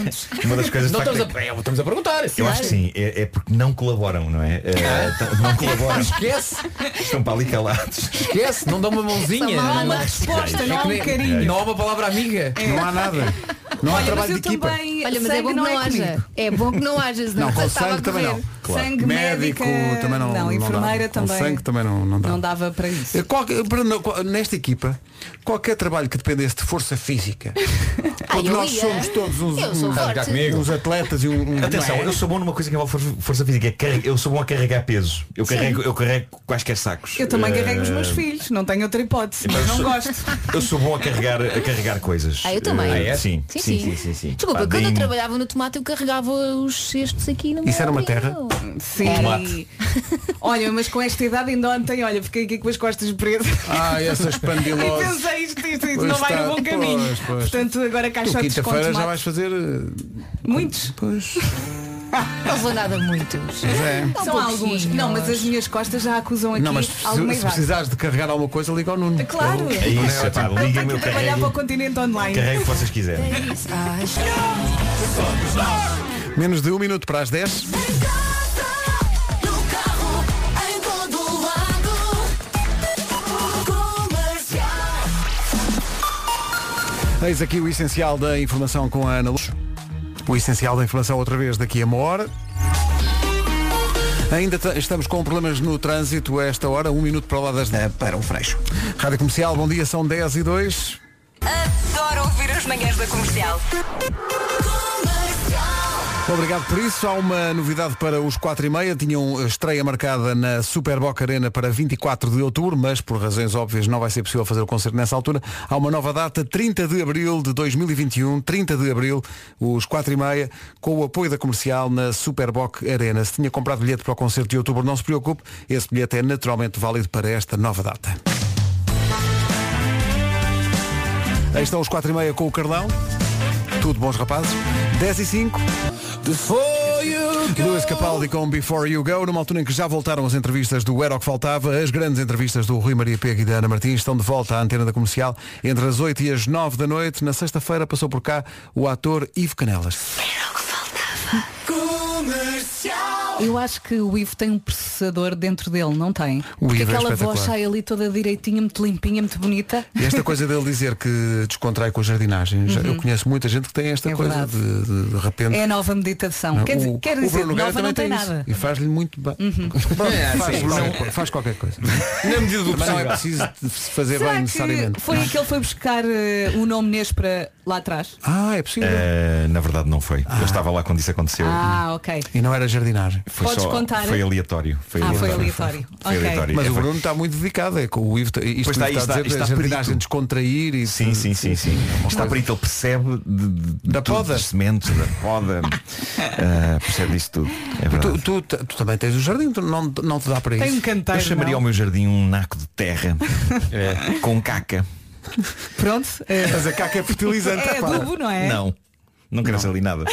uma das coisas de Não facto, estamos a, é, estamos a perguntar. Eu acho que sim, é, é porque não colaboram, não é? Eh, t- não colaboram. Esquece. Estão para ali calados. Esquece, não dá uma mãozinha. Só não há é. uma resposta, não há um É que nem- carinho. Não há uma palavra amiga. É. Não há nada. Olha, mas eu também Olha, mas é sangue bom que não não, é comigo. haja. É bom que não haja, senão Não, com estava sangue a também correr. não. Claro. Sangue, médico médica, também não. não, dá. enfermeira também. Com sangue também não, não dá. Não dava para isso. Eh, qualquer- para- na- qual- nesta equipa, qualquer trabalho que dependesse de força física, porque eu nós ia. somos todos uns, Eu sou uns- forte. uns atletas e um. um- Atenção, não é? eu sou bom numa coisa que envolve for- força física. é carre- Eu sou bom a carregar peso. Eu Sim. carrego, eu carrego quaisquer sacos. Eu É. também Eh, carrego os meus filhos, não tenho outra hipótese, Então Mas mas não sou- gosto. Eu sou bom a carregar, a carregar coisas. Ah, eu também. Eh, sim, Sim, sim. sim, sim, sim, sim, sim. Desculpa, Pá, quando eu deem- trabalhava no tomate eu carregava os cestos aqui no Isso era uma abrigo. terra? Sim. Tomate. Olha, mas com esta idade ainda ontem, olha, fiquei aqui com as costas presas. Ah, essas E pandiloses. pensei isto, isto, isto Pois não vai está, no bom caminho. pois, pois. Portanto, agora Tu caixotes com quinta-feira já tomate. vais fazer. eh, Muitos? Pois. Não vou nada muitos. é. São São alguns. pouquinhos. Não, mas as minhas costas já acusam aqui Não, mas se, alguma se idade. precisares de carregar alguma coisa, liga ao Nuno. Claro. É isso, é pá, liguem-me, eu Trabalhar para o carrego. continente online. Carrego o é que vocês quiserem. Menos de um minuto para as 10. Em todo lado. Eis aqui o essencial da informação com a Ana Luz. O essencial da informação outra vez daqui a uma hora. Ainda t- estamos com problemas no trânsito a esta hora, um minuto para lá das para o freixo. Rádio Comercial, bom dia, são 10 e 2. Adoro ouvir as manhãs da comercial. Obrigado por isso. Há uma novidade para os 4 e meia. Tinham estreia marcada na Super Boca Arena para 24 de outubro, mas por razões óbvias não vai ser possível fazer o concerto nessa altura. Há uma nova data, 30 de abril de 2021, 30 um, de abril, os 4 e meia, com o apoio da comercial na Super Boca Arena. Se tinha comprado bilhete para o concerto de outubro, não se preocupe. Esse bilhete é naturalmente válido para esta nova data. Aí estão os 4 e meia com o Carlão. Tudo bons rapazes. 10 e 5. Luís Capaldi com Before You Go, numa altura em que já voltaram as entrevistas do Era o que Faltava, as grandes entrevistas do Rui Maria Pego e da Ana Martins estão de volta à antena da comercial entre as 8 e as 9 da noite. Na sexta-feira passou por cá o ator Ivo Canelas. Eu acho que o Ivo tem um processador dentro dele, não tem? O Porque Ivo é aquela voz espetacular. sai ali toda direitinha, muito limpinha, muito bonita. E esta coisa dele dizer que descontrai com a jardinagem. Já- Uhum. Eu conheço muita gente que tem esta É coisa verdade. de, de, de repente. É a nova meditação. Não, Quer, dizer- o- quer o dizer, Bruno Nogueira nova não tem também nada. isso. E faz-lhe muito bem. Pronto, É, faz, sim, qualquer, sim. coisa- faz qualquer coisa. Na medida do Não é possível. preciso de se fazer Será bem que necessariamente. foi não é? aquele que foi buscar eh, o nome Nês para lá atrás? Ah, é possível. Eh, na verdade não foi. Eu estava lá quando isso aconteceu. Ah, ok. E não era jardinagem. Foi Podes só- contar? Foi aleatório. Foi Ah, foi aleatório. aleatório. Foi Ok. aleatório. Mas É, o foi- Bruno está muito dedicado. É, com o Ivo, isto Pois está, está- está, a dizer está da jardinagem perito. descontrair e Sim, sim, sim, sim. Está perito, ele percebe de, de, da poda. Dos sementes, da poda. Ah, percebe isso tudo. É verdade. Tu, tu- tu- tu também tens o jardim, tu não, não te dá para isso. um Eu chamaria ao meu jardim um naco de terra É. eh, com caca. Pronto. eh, Mas a caca é fertilizante. É adubo, não é? Não. Não cresce ali nada.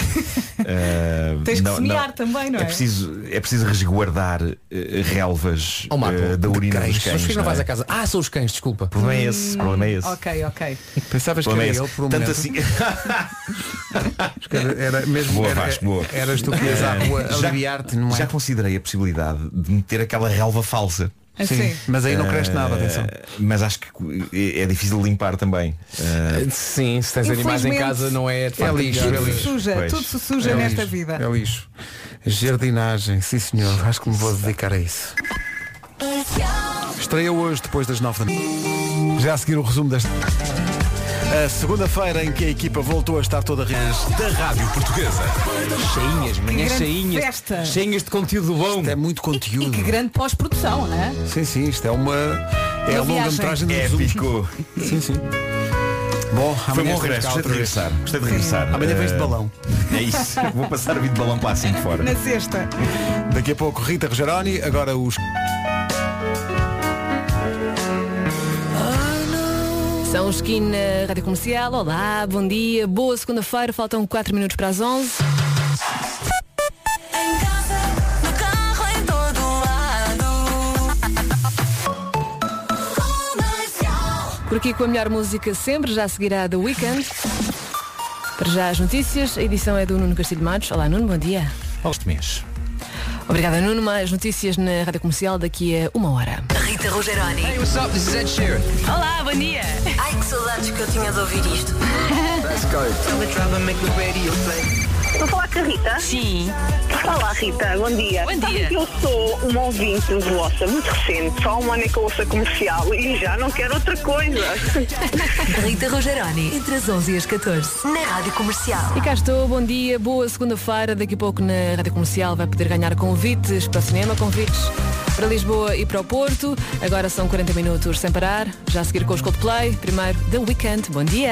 Eh, Tens que não, semear não. também, não é? É preciso, é preciso resguardar eh, relvas Ó, Marco, eh, da de urina cães. dos cães. Mas porquê não vais é? à casa? Ah, são os cães, desculpa. O problema é esse. O problema é esse. Hum, Ok, ok. Pensavas O problema que é era esse. ele por um Tanto momento. assim. Era, era mesmo Boa, era, Vasco, boa. Eras tu que ias à Eh, rua já- aliviar-te, não é? Já considerei a possibilidade de meter aquela relva falsa. Ah, sim. Sim. Mas aí não cresce Eh, nada, atenção. Mas acho que é é difícil limpar também. Eh, Sim, se tens animais em Infelizmente, casa não é de é facto lixo, melhor. é lixo. Suja, Pois. tudo se suja É nesta lixo, vida. É lixo. Jardinagem, sim senhor, acho que me vou dedicar a isso. Estreia hoje, depois das 9 da noite. Já a seguir o resumo desta. A segunda-feira em que a equipa voltou a estar toda reas da Rádio Portuguesa. Cheinhas, manhãs grande cheinhas. festa. Cheinhas de conteúdo bom. Isto é muito conteúdo. Que grande pós-produção, não é? Sim, sim, isto é uma. Uma É a longa metragem Eh, do viagem. resumo. é Épico. Sim, sim. um Bom, Foi amanhã bom estaremos cá regresso, gostei de outra vez. regressar. Gostei de regressar. Amanhã vens de Eh, balão. É isso. Vou passar a vir de balão para assim de fora. Na sexta. Daqui a pouco Rita Rogeroni, agora os. São os Skin na Rádio Comercial. Olá, bom dia, boa segunda-feira, faltam 4 minutos para as 11. Por aqui com a melhor música sempre, já seguirá The Weekend. Para já as notícias, a edição é do Nuno Castilho Matos. Olá Nuno, bom dia. Este mês. Obrigada Nuno, mais notícias na Rádio Comercial daqui a uma hora. Rita Rogeroni. Hey, what's up? This is Ed Sheeran. Olá, bom dia. Ai, que saudades que eu tinha de ouvir isto. Let's go. Estou a falar com a Rita? Sim. Olá, Rita. Bom dia. Bom Sabe dia. que eu sou uma ouvinte vossa muito recente. Só um ano é que eu ouço a comercial e já não quero outra coisa. Rita Rogeroni, entre as 11 e as 14, na Rádio Comercial. E cá estou, bom dia, boa segunda-feira. Daqui a pouco na Rádio Comercial vai poder ganhar convites para o cinema, convites para Lisboa e para o Porto. Agora são 40 minutos sem parar. Já a seguir com os Coldplay. Primeiro, The Weekend. Bom dia.